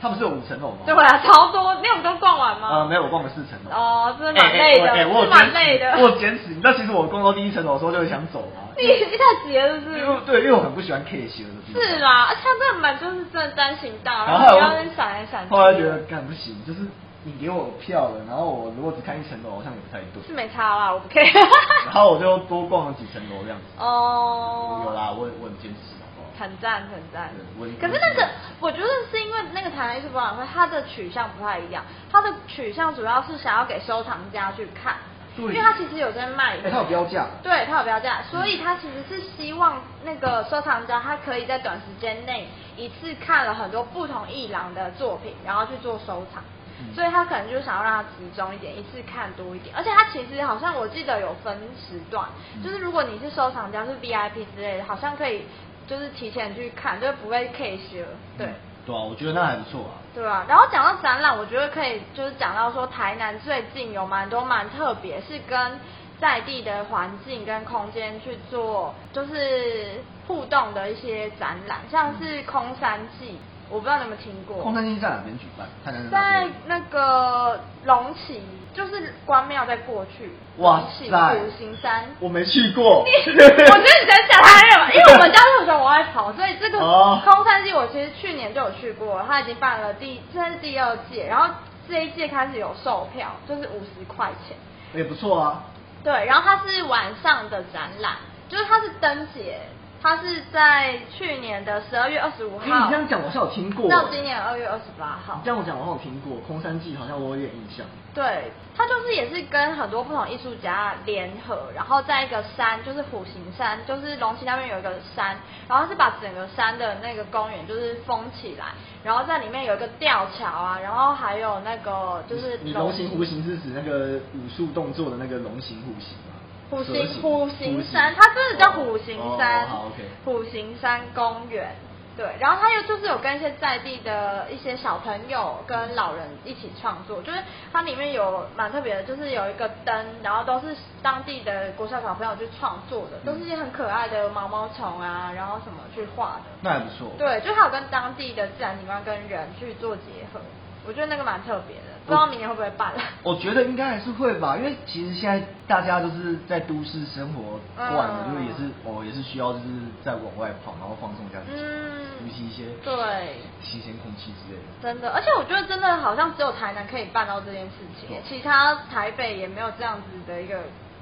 Speaker 2: 它不是有五层楼吗？
Speaker 1: 对啊，超多，你有都逛完吗？
Speaker 2: 呃，没有，我逛了四层楼。
Speaker 1: 哦，真的蛮累的，
Speaker 2: 哎哎我哎我有
Speaker 1: 是蛮
Speaker 2: 坚持
Speaker 1: 累的。
Speaker 2: 我有坚持，你知道，其实我逛到第一层楼的时候就很想走啊，
Speaker 1: 你一下急了是不
Speaker 2: 因
Speaker 1: 是？
Speaker 2: 为对，因为我很不喜欢 K 型的地方。
Speaker 1: 是啦，而且他这蛮就是真的单行道，
Speaker 2: 然
Speaker 1: 然
Speaker 2: 后后
Speaker 1: 后你
Speaker 2: 来我
Speaker 1: 要在那闪来闪去。
Speaker 2: 后来觉得干不行，就是你给我票了，然后我如果只看一层楼，好像也不太对
Speaker 1: 是。没差啦，我不 care。
Speaker 2: 然后我就多逛了几层楼这样子。
Speaker 1: 哦，
Speaker 2: 有啊啦，我也我很坚持，好不好？
Speaker 1: 很赞很赞
Speaker 2: 哦对我。
Speaker 1: 可是那个，我觉得是因为那个台南艺术博览会，它的取向不太一样，它的取向主要是想要给收藏家去看，
Speaker 2: 对
Speaker 1: 因为它其实有在卖
Speaker 2: 哎、，它有标价。嗯
Speaker 1: 对，它有标价，所以它其实是希望那个收藏家他可以在短时间内一次看了很多不同艺廊的作品，然后去做收藏。
Speaker 2: 嗯
Speaker 1: 所以他可能就想要让它集中一点，一次看多一点，而且它其实好像我记得有分时段，
Speaker 2: 嗯
Speaker 1: 就是如果你是收藏家是 VIP 之类的，好像可以就是提前去看，就不会 K 了。对。
Speaker 2: 嗯对啊，我觉得那还不错啊。
Speaker 1: 对啊，然后讲到展览，我觉得可以就是讲到说，台南最近有蛮多蛮特别，是跟在地的环境跟空间去做就是互动的一些展览，像是空山记，我不知道你有没有听过，
Speaker 2: 嗯空山新在哪边举办？台南的哪
Speaker 1: 在
Speaker 2: 边？
Speaker 1: 那个龙崎，就是关庙在过去，
Speaker 2: 哇
Speaker 1: 龙崎
Speaker 2: 塞
Speaker 1: 五行山。
Speaker 2: 我没去过。
Speaker 1: 我觉得你在讲台南人，因为我们家就有时候我爱跑，所以这个
Speaker 2: 哦
Speaker 1: 空山记我其实去年就有去过，他已经办了第这是第二届，然后这一届开始有售票，就是五十块钱。
Speaker 2: 也不错啊。
Speaker 1: 对，然后它是晚上的展览，就是它是灯节，它是在去年的十二月二十五
Speaker 2: 哎，
Speaker 1: 号。
Speaker 2: 你这样讲我好像有听过。
Speaker 1: 到今年二月二十八号
Speaker 2: 你。这样我讲我好像有听过，《空山记》好像我有点印象。
Speaker 1: 对，它就是也是跟很多不同艺术家联合，然后在一个山，就是虎形山，就是龙溪那边有一个山，然后是把整个山的那个公园就是封起来，然后在里面有一个吊桥啊，然后还有那个就是
Speaker 2: 你龙形弧形是指那个武术动作的那个龙形弧形吗？
Speaker 1: 虎
Speaker 2: 蛇
Speaker 1: 形虎形
Speaker 2: 弧
Speaker 1: 山，它真的叫虎形
Speaker 2: 哦
Speaker 1: 山，
Speaker 2: 好，OK。
Speaker 1: 虎形山公园。对，然后它又就是有跟一些在地的一些小朋友跟老人一起创作，就是它里面有蛮特别的，就是有一个灯，然后都是当地的国小小朋友去创作的，
Speaker 2: 嗯
Speaker 1: 都是一些很可爱的毛毛虫啊，然后什么去画的。
Speaker 2: 那还不错。
Speaker 1: 对，就还有跟当地的自然景观跟人去做结合，我觉得那个蛮特别的，不知道
Speaker 2: 哦
Speaker 1: 明年会不会办。
Speaker 2: 我觉得应该还是会吧，因为其实现在大家都是在都市生活惯了，
Speaker 1: 嗯
Speaker 2: 就是也是我、也是需要就是在往外跑，然后放松一下自己，
Speaker 1: 嗯
Speaker 2: 呼吸一些
Speaker 1: 对。
Speaker 2: 新鲜空气之类的。
Speaker 1: 真的，而且我觉得真的好像只有台南可以办到这件事情
Speaker 2: 对，
Speaker 1: 其他台北也没有这样子的一个。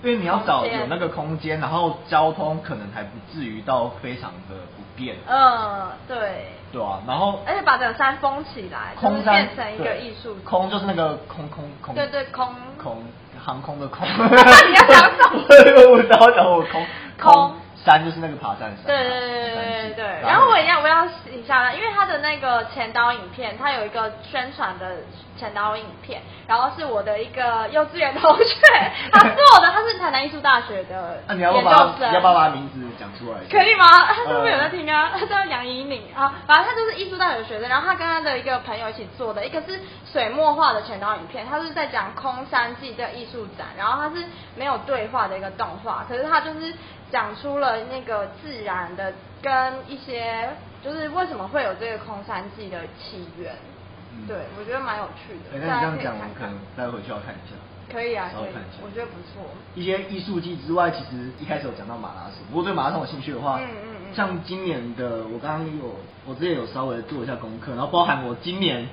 Speaker 2: 因为你要找
Speaker 1: 空间
Speaker 2: 有那个空间，然后交通可能还不至于到非常的不便，
Speaker 1: 嗯，对，
Speaker 2: 对啊，然后
Speaker 1: 而且把整个山封起来，就是
Speaker 2: 空山
Speaker 1: 变成一个
Speaker 2: 对
Speaker 1: 艺术。
Speaker 2: 空就是那个空空空，
Speaker 1: 对对空
Speaker 2: 空航空的 空。
Speaker 1: 你要讲什么
Speaker 2: 我我然后讲我空
Speaker 1: 空
Speaker 2: 山就是那个爬山山，啊
Speaker 1: 对对对对对对。然
Speaker 2: 然
Speaker 1: 后我一定要我要一下，因为他的那个前导影片，他有一个宣传的前导影片，然后是我的一个幼稚园同 学他做的，他是台南艺术大学的
Speaker 2: 那、
Speaker 1: 研
Speaker 2: 啊你
Speaker 1: 究
Speaker 2: 要不
Speaker 1: 生。
Speaker 2: 要把你要不要把名字讲出来？
Speaker 1: 可以吗？
Speaker 2: 呃
Speaker 1: 他是不是有在听啊？他叫杨怡敏啊，反正他就是艺术大学的学生，然后他跟他的一个朋友一起做的，一个是水墨画的前导影片，他是在讲空山记的艺术展，然后他是没有对话的一个动画，可是他就是讲出了那个自然的跟一些就是为什么会有这个空山记的起源，
Speaker 2: 嗯
Speaker 1: 对我觉得蛮有趣
Speaker 2: 哎
Speaker 1: 的，大
Speaker 2: 那
Speaker 1: 家
Speaker 2: 你这
Speaker 1: 可以
Speaker 2: 样讲，
Speaker 1: 看
Speaker 2: 我可
Speaker 1: 看
Speaker 2: 能。待会就要看一下。
Speaker 1: 可以啊，
Speaker 2: 稍
Speaker 1: 可
Speaker 2: 微
Speaker 1: 以
Speaker 2: 看一下，
Speaker 1: 我觉得不错。
Speaker 2: 一些艺术季之外，其实一开始有讲到马拉松。如果对马拉松有兴趣的话，
Speaker 1: 嗯嗯嗯
Speaker 2: 像今年的，我刚刚有，我之前有稍微做一下功课，然后包含我今年，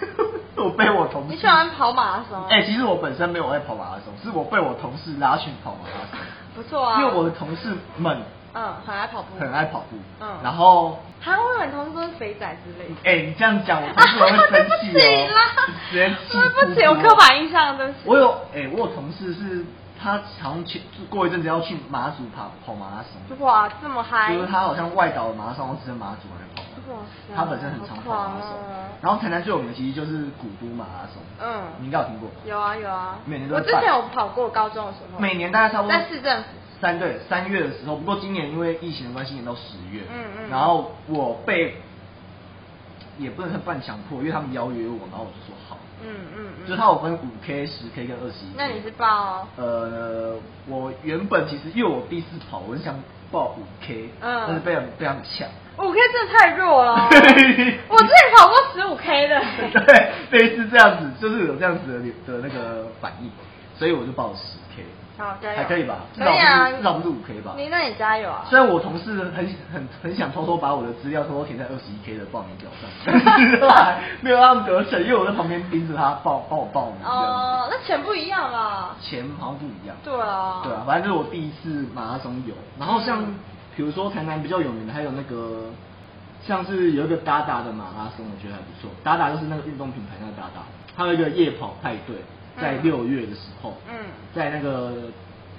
Speaker 2: 我被我同事，
Speaker 1: 你喜欢跑马拉松？啊
Speaker 2: 哎、其实我本身没有爱跑马拉松，是我被我同事拉去跑马拉松，
Speaker 1: 不错啊。
Speaker 2: 因为我的同事们
Speaker 1: 嗯很爱跑步，
Speaker 2: 很爱跑步，
Speaker 1: 嗯
Speaker 2: 然后，
Speaker 1: 还会有人同事都是肥仔之类的。
Speaker 2: 哎、你这样 讲，我同事我会
Speaker 1: 对
Speaker 2: 生
Speaker 1: 不
Speaker 2: 气
Speaker 1: 起
Speaker 2: 哦
Speaker 1: 啦，，
Speaker 2: 直接气哦
Speaker 1: 对不起，
Speaker 2: 哭
Speaker 1: 我
Speaker 2: 哭
Speaker 1: 刻板印象，对不起。
Speaker 2: 我有哎、我有同事是他好像去过一阵子要去马祖跑跑马拉松，
Speaker 1: 哇，这么嗨！
Speaker 2: 就是他好像外岛的马拉松，然后只剩马祖来跑
Speaker 1: 哇塞。
Speaker 2: 他本身很常跑马拉
Speaker 1: 好
Speaker 2: 松
Speaker 1: 狂哦，
Speaker 2: 然后台南最有名的其实就是古都马拉松，你
Speaker 1: 嗯，
Speaker 2: 应该有听过。
Speaker 1: 有啊有啊。
Speaker 2: 每年都
Speaker 1: 我
Speaker 2: 会
Speaker 1: 之
Speaker 2: 办
Speaker 1: 前有跑过高中的时候。
Speaker 2: 每年大概差不多
Speaker 1: 在市政府。
Speaker 2: 三对三月的时候，不过今年因为疫情的关系，延到十月。
Speaker 1: 嗯嗯
Speaker 2: 然后我被也不能算半强迫，因为他们邀约我，然后我就说好。
Speaker 1: 嗯嗯嗯。
Speaker 2: 就是它有分五 K、十 K 跟二十一。
Speaker 1: 那你是报哦
Speaker 2: 呃，我原本其实因为我第一次跑，我很想报五 K，
Speaker 1: 嗯
Speaker 2: 但是被他们被他们抢。。
Speaker 1: 五 K 真的太弱了哦 我之前跑过十五 K 的。
Speaker 2: 对，类似这样子，就是有这样子的的那个反应，所以我就报十 K，
Speaker 1: 好，加油。
Speaker 2: 还可以吧？至
Speaker 1: 可
Speaker 2: 少
Speaker 1: 以啊
Speaker 2: 不是，至少不是五 K 吧？
Speaker 1: 你那你加油啊！
Speaker 2: 虽然我同事很很很想偷偷把我的资料偷偷填在二十一 K 的报名表上，但是 啦 没有让他们得逞，因为我在旁边盯着他报帮我报名这样子。
Speaker 1: 哦，那钱不一样吧？
Speaker 2: 钱好像不一样。
Speaker 1: 对啊。
Speaker 2: 对啊，反正就是我第一次马拉松有，然后像比如说台南比较有名的，还有那个像是有一个达达的马拉松，我觉得还不错。达达就是那个运动品牌那个达达，还有一个夜跑派对，在
Speaker 1: 嗯
Speaker 2: 六月的时候，
Speaker 1: 嗯
Speaker 2: 在那个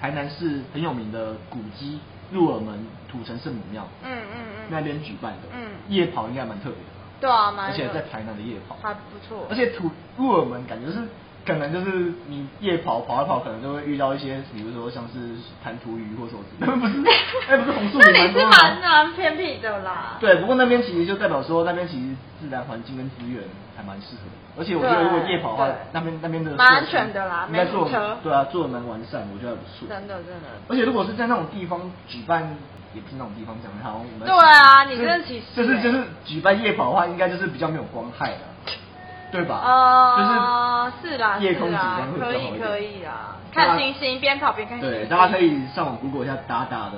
Speaker 2: 台南市很有名的古迹鹿耳门土城圣母庙
Speaker 1: 嗯嗯
Speaker 2: 那
Speaker 1: 嗯。
Speaker 2: 边举办的，
Speaker 1: 嗯
Speaker 2: 夜跑应该蛮特别的吧，
Speaker 1: 对啊，蛮
Speaker 2: 而且
Speaker 1: 热
Speaker 2: 在台南的夜跑，
Speaker 1: 还不错。
Speaker 2: 而且土鹿耳门感觉是，可能就是你夜跑跑一跑，可能就会遇到一些，比如说像是弹涂鱼或什 么之类的，不是，哎、不是红树
Speaker 1: 那
Speaker 2: 林
Speaker 1: 你
Speaker 2: 蛮
Speaker 1: 是
Speaker 2: 多
Speaker 1: 蛮
Speaker 2: 的吗。
Speaker 1: 蛮偏僻的啦。
Speaker 2: 对，不过那边其实就代表说，那边其实自然环境跟资源还蛮适合的，而且我觉得如果夜跑的话
Speaker 1: 对，
Speaker 2: 那边那边的
Speaker 1: 蛮
Speaker 2: 设施
Speaker 1: 安全的啦
Speaker 2: 应该
Speaker 1: 没
Speaker 2: 做
Speaker 1: 车
Speaker 2: 对啊，做的蛮完善，我觉得还不错。
Speaker 1: 真的真的。
Speaker 2: 而且如果是在那种地方举办，也不是那种地方讲的，好像我们
Speaker 1: 对啊你
Speaker 2: 就是
Speaker 1: 真的歧视
Speaker 2: 就是
Speaker 1: 欸
Speaker 2: 就是举办夜跑的话，应该就是比较没有光害的，对吧？
Speaker 1: 呃，
Speaker 2: 就是
Speaker 1: 是啦，
Speaker 2: 夜空
Speaker 1: 是
Speaker 2: 景
Speaker 1: 啦
Speaker 2: 观，
Speaker 1: 可
Speaker 2: 会比较好一
Speaker 1: 以
Speaker 2: 点
Speaker 1: 可以啦，
Speaker 2: 大家
Speaker 1: 看星星，边跑边看星星。
Speaker 2: 对，大家可以上网 Google 一下达达的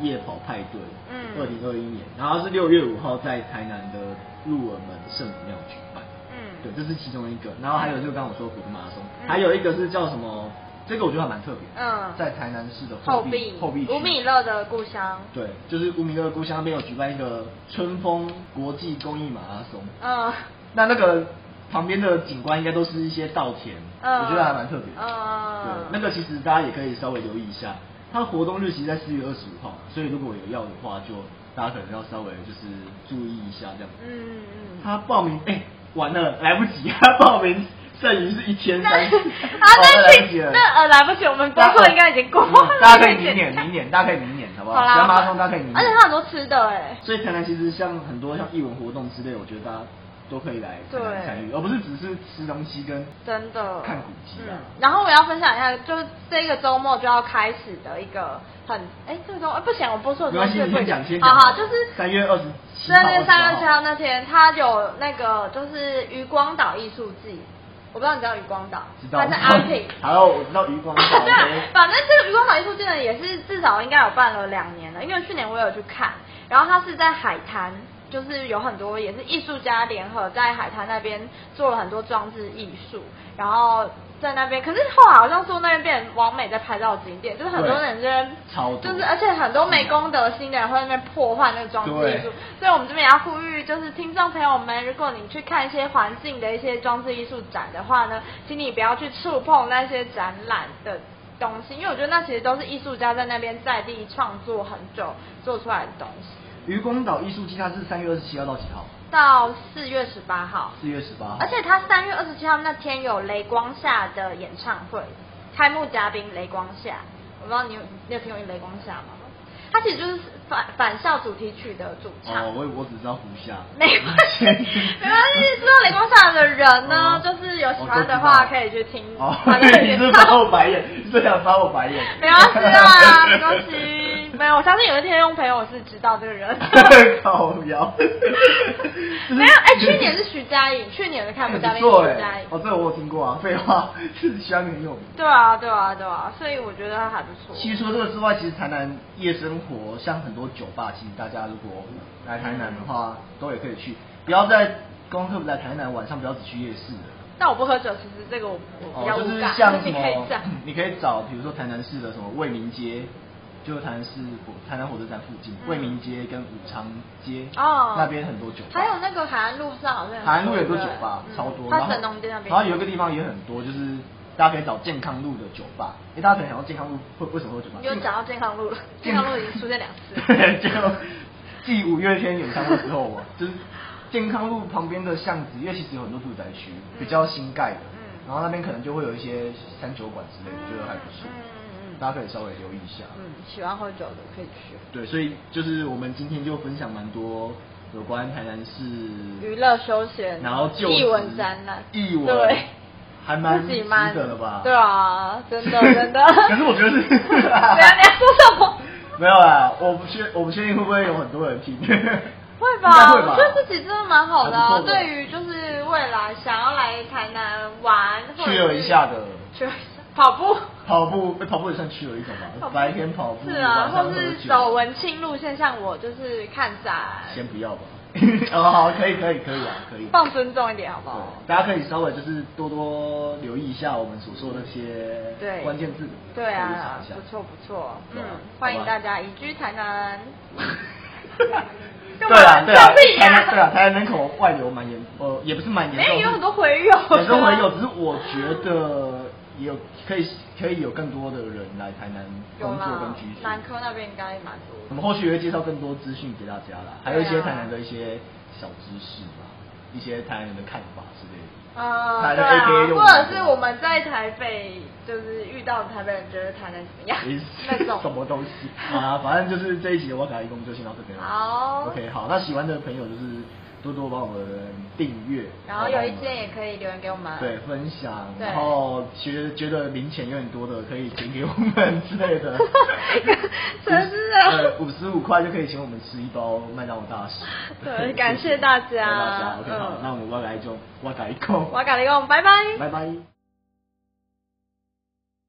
Speaker 2: 夜跑派对，
Speaker 1: 嗯
Speaker 2: 二零二一年，然后是六月五号在台南的鹿耳门圣母庙举办。
Speaker 1: 嗯，
Speaker 2: 对，这是其中一个。然后还有就是刚刚我说的古都马拉松，还有一个是叫什么？这个我觉得还蛮特别的。
Speaker 1: 嗯
Speaker 2: 在台南市的
Speaker 1: 后
Speaker 2: 壁后壁区
Speaker 1: 吴米勒的故乡，
Speaker 2: 对，就是吴米勒故乡那边有举办一个春风国际公益马拉松。
Speaker 1: 嗯，
Speaker 2: 那那个旁边的景观应该都是一些稻田，
Speaker 1: 嗯
Speaker 2: 我觉得还蛮特别的。
Speaker 1: 嗯
Speaker 2: 对，那个其实大家也可以稍微留意一下，它的活动日期在四月二十五号，所以如果有要的话，就大家可能要稍微就是注意一下这样子。
Speaker 1: 嗯嗯
Speaker 2: 他报名，哎、完了，来不及，他报名剩余是一千
Speaker 1: 那
Speaker 2: 三，
Speaker 1: 啊，
Speaker 2: 好
Speaker 1: 那
Speaker 2: 来不及
Speaker 1: 是
Speaker 2: 了。
Speaker 1: 那呃，来不及，我们播
Speaker 2: 大
Speaker 1: 客
Speaker 2: 家
Speaker 1: 应该已经过
Speaker 2: 嗯
Speaker 1: 了。
Speaker 2: 大家可以明年，明年，大家可以明年，好不好？
Speaker 1: 好啦
Speaker 2: 只要马拉松，大家可以明年。
Speaker 1: 而且它很多吃的哎，
Speaker 2: 所以台南其实像很多像艺文活动之类，我觉得大家都可以来台南参与，
Speaker 1: 对
Speaker 2: 而不是只是吃东西跟
Speaker 1: 真的。嗯
Speaker 2: 看古迹啊。
Speaker 1: 然后我要分享一下，就是这个周末就要开始的一个很，哎，这个周末哎不行，我播错
Speaker 2: 没
Speaker 1: 了。
Speaker 2: 关系，你先讲，先
Speaker 1: 好
Speaker 2: 讲。
Speaker 1: 好，就是
Speaker 2: 三月二十七号，
Speaker 1: 对，那个三月七
Speaker 2: 七
Speaker 1: 号那天，他有那个就是渔光岛艺术季，我不知道你知道渔光岛，
Speaker 2: 知道。
Speaker 1: 它是阿 平。
Speaker 2: 还有我知道余 光岛。
Speaker 1: 对，反正这个渔光岛艺术季呢，也是至少应该有办了两年了，因为去年我有去看，然后它是在海滩，就是有很多也是艺术家联合在海滩那边做了很多装置艺术，然后。在那边，可是后来好像说那边变成王美在拍照景点，就是很多
Speaker 2: 对
Speaker 1: 人在那边
Speaker 2: 超多
Speaker 1: 就是而且很多没公德心的人会在那边破坏那个装置艺术
Speaker 2: 对，
Speaker 1: 所以我们这边也要呼吁，就是听众朋友们，如果你去看一些环境的一些装置艺术展的话呢，请你不要去触碰那些展览的东西，因为我觉得那其实都是艺术家在那边在地创作很久做出来的东西。
Speaker 2: 余光岛艺术季它是三月二十七号到几号？
Speaker 1: 到四月十八号，
Speaker 2: 四月十八号。
Speaker 1: 而且他三月二十七号那天有雷光下的演唱会，开幕嘉宾雷光下，我不知道你有你有听过雷光下吗？他其实就是返返校主题曲的主唱。
Speaker 2: 哦，我我只知道湖下。
Speaker 1: 没关 系，没关系。知道雷光下的人呢
Speaker 2: 哦，
Speaker 1: 就是有喜欢的话
Speaker 2: 我都知道
Speaker 1: 可以去听
Speaker 2: 哦
Speaker 1: 他的，
Speaker 2: 你
Speaker 1: 演
Speaker 2: 是
Speaker 1: 唱
Speaker 2: 翻我白眼，你是想翻我白眼？
Speaker 1: 没关系啦，没关系。没有，我相信有一天用朋友是知道这个人。
Speaker 2: 靠 腰。
Speaker 1: 没有，哎，去年是徐佳莹，去年的开幕
Speaker 2: 很
Speaker 1: 嘉宾
Speaker 2: 不
Speaker 1: 是
Speaker 2: 错
Speaker 1: 徐佳
Speaker 2: 哎
Speaker 1: 莹，。
Speaker 2: 哦，这个我有听过啊。废话， 是香很有名。
Speaker 1: 对啊，对啊，对啊，所以我觉得他还不错。
Speaker 2: 其实除了这个之外，其实台南夜生活像很多酒吧，其实大家如果来台南的话，都也可以去。不要在光特别来台南晚上，不要只去夜市了。
Speaker 1: 但我不喝酒，其实这个我我比较
Speaker 2: 哦，就
Speaker 1: 无
Speaker 2: 是
Speaker 1: 感，
Speaker 2: 像什
Speaker 1: 你
Speaker 2: 么
Speaker 1: 可以讲。，
Speaker 2: 你可以找，比如说台南市的什么卫民街，就是台南市火台南火车站附近，
Speaker 1: 嗯
Speaker 2: 卫民街跟武昌街
Speaker 1: 哦，
Speaker 2: 那边很多酒吧，
Speaker 1: 还有那个海岸路上好像
Speaker 2: 海岸路有个酒
Speaker 1: 啊
Speaker 2: 吧，
Speaker 1: 对不对
Speaker 2: 超多。
Speaker 1: 嗯它
Speaker 2: 然后
Speaker 1: 神农街那边。
Speaker 2: 然后有一个地方也很多，就是大家可以找健康路的酒吧。哎，大家可能想到健康路会为什么会有酒吧？
Speaker 1: 你又
Speaker 2: 因为
Speaker 1: 讲到健 康路了，健康路已经出现两次了。
Speaker 2: 对，就继五月天演唱会之 后啊，就是健康路旁边的巷子，因为其实有很多住宅区，比较新盖的，
Speaker 1: 嗯
Speaker 2: 然后那边可能就会有一些餐酒馆之类的，我觉得还不错，
Speaker 1: 嗯嗯嗯
Speaker 2: 大家可以稍微留意一下。
Speaker 1: 嗯，喜欢喝酒的可以去
Speaker 2: 对，所以就是我们今天就分享蛮多有关台南市
Speaker 1: 娱乐休闲，
Speaker 2: 然后就
Speaker 1: 艺
Speaker 2: 职
Speaker 1: 文展览，
Speaker 2: 艺文
Speaker 1: 对，
Speaker 2: 还蛮
Speaker 1: 自己蛮
Speaker 2: 值得的吧。
Speaker 1: 对啊，真的真的
Speaker 2: 可是我觉得 是
Speaker 1: 对啊，你要说什么？
Speaker 2: 没有啦，我不确我不确定会不会有很多人听，
Speaker 1: 会
Speaker 2: 应该
Speaker 1: 吧，
Speaker 2: 会
Speaker 1: 我
Speaker 2: 吧
Speaker 1: 觉得自己真的蛮好的啊、
Speaker 2: 还不错吧
Speaker 1: 对于就是未来想要来台南玩，或者
Speaker 2: 去了一下的
Speaker 1: 去了一下跑步，
Speaker 2: 跑步，欸跑步也算去了一种吧， 白天跑步，
Speaker 1: 是啊，
Speaker 2: 晚上
Speaker 1: 或
Speaker 2: 喝
Speaker 1: 是
Speaker 2: 酒
Speaker 1: 走文青路线，像我就是看展，
Speaker 2: 先不要吧。 哦，好，可以，可以，可以啊，可以。
Speaker 1: 放尊重一点好不好？
Speaker 2: 对，大家可以稍微就是多多留意一下我们所说的那些
Speaker 1: 对，
Speaker 2: 关键字，
Speaker 1: 对
Speaker 2: 可以查
Speaker 1: 啊
Speaker 2: 一，下
Speaker 1: 不错不错，嗯
Speaker 2: 对啊，
Speaker 1: 欢
Speaker 2: 好
Speaker 1: 迎
Speaker 2: 吧
Speaker 1: 大家移居台 南。
Speaker 2: 对啊，对啊
Speaker 1: 上次一，样
Speaker 2: 台南对啊，台南人口外流蛮严，呃，也不是蛮严
Speaker 1: 没
Speaker 2: 重，
Speaker 1: 有有很多回友的
Speaker 2: 很多回友，只是我觉得也有可以可以有更多的人来台南
Speaker 1: 有
Speaker 2: 工作
Speaker 1: 啦
Speaker 2: 跟居，住。
Speaker 1: 南科那边应该蛮多的。啊
Speaker 2: 我们后续会介绍更多资讯给大家啦，还有一些台南的一些小知识吧，一些台南人的看法之类的。
Speaker 1: 呃，
Speaker 2: 台南
Speaker 1: 对
Speaker 2: AKA
Speaker 1: 啊，
Speaker 2: 用
Speaker 1: 或
Speaker 2: 的
Speaker 1: 者是我们在台北就是遇到台北人，觉得台南怎 么样
Speaker 2: 诶
Speaker 1: 那种
Speaker 2: 什么 东西啊？反正就是这一集的哇卡一共就先到这边了。
Speaker 1: 好
Speaker 2: OK，好，那喜欢的朋友就是多多帮我们订阅，
Speaker 1: 然后有意
Speaker 2: 帮我们
Speaker 1: 见也可以留言给我们。
Speaker 2: 对，分享，
Speaker 1: 对。
Speaker 2: 然后觉觉得零钱有点多的，可以请给我们之类 的
Speaker 1: 真是啊
Speaker 2: 呃，五十五块就可以请我们吃一包麦当劳大食。
Speaker 1: 对感谢大家
Speaker 2: 感谢大家。OK，好
Speaker 1: 嗯，
Speaker 2: 那我们外来就外改购，
Speaker 1: 我要跟你讲，拜拜。
Speaker 2: 拜拜。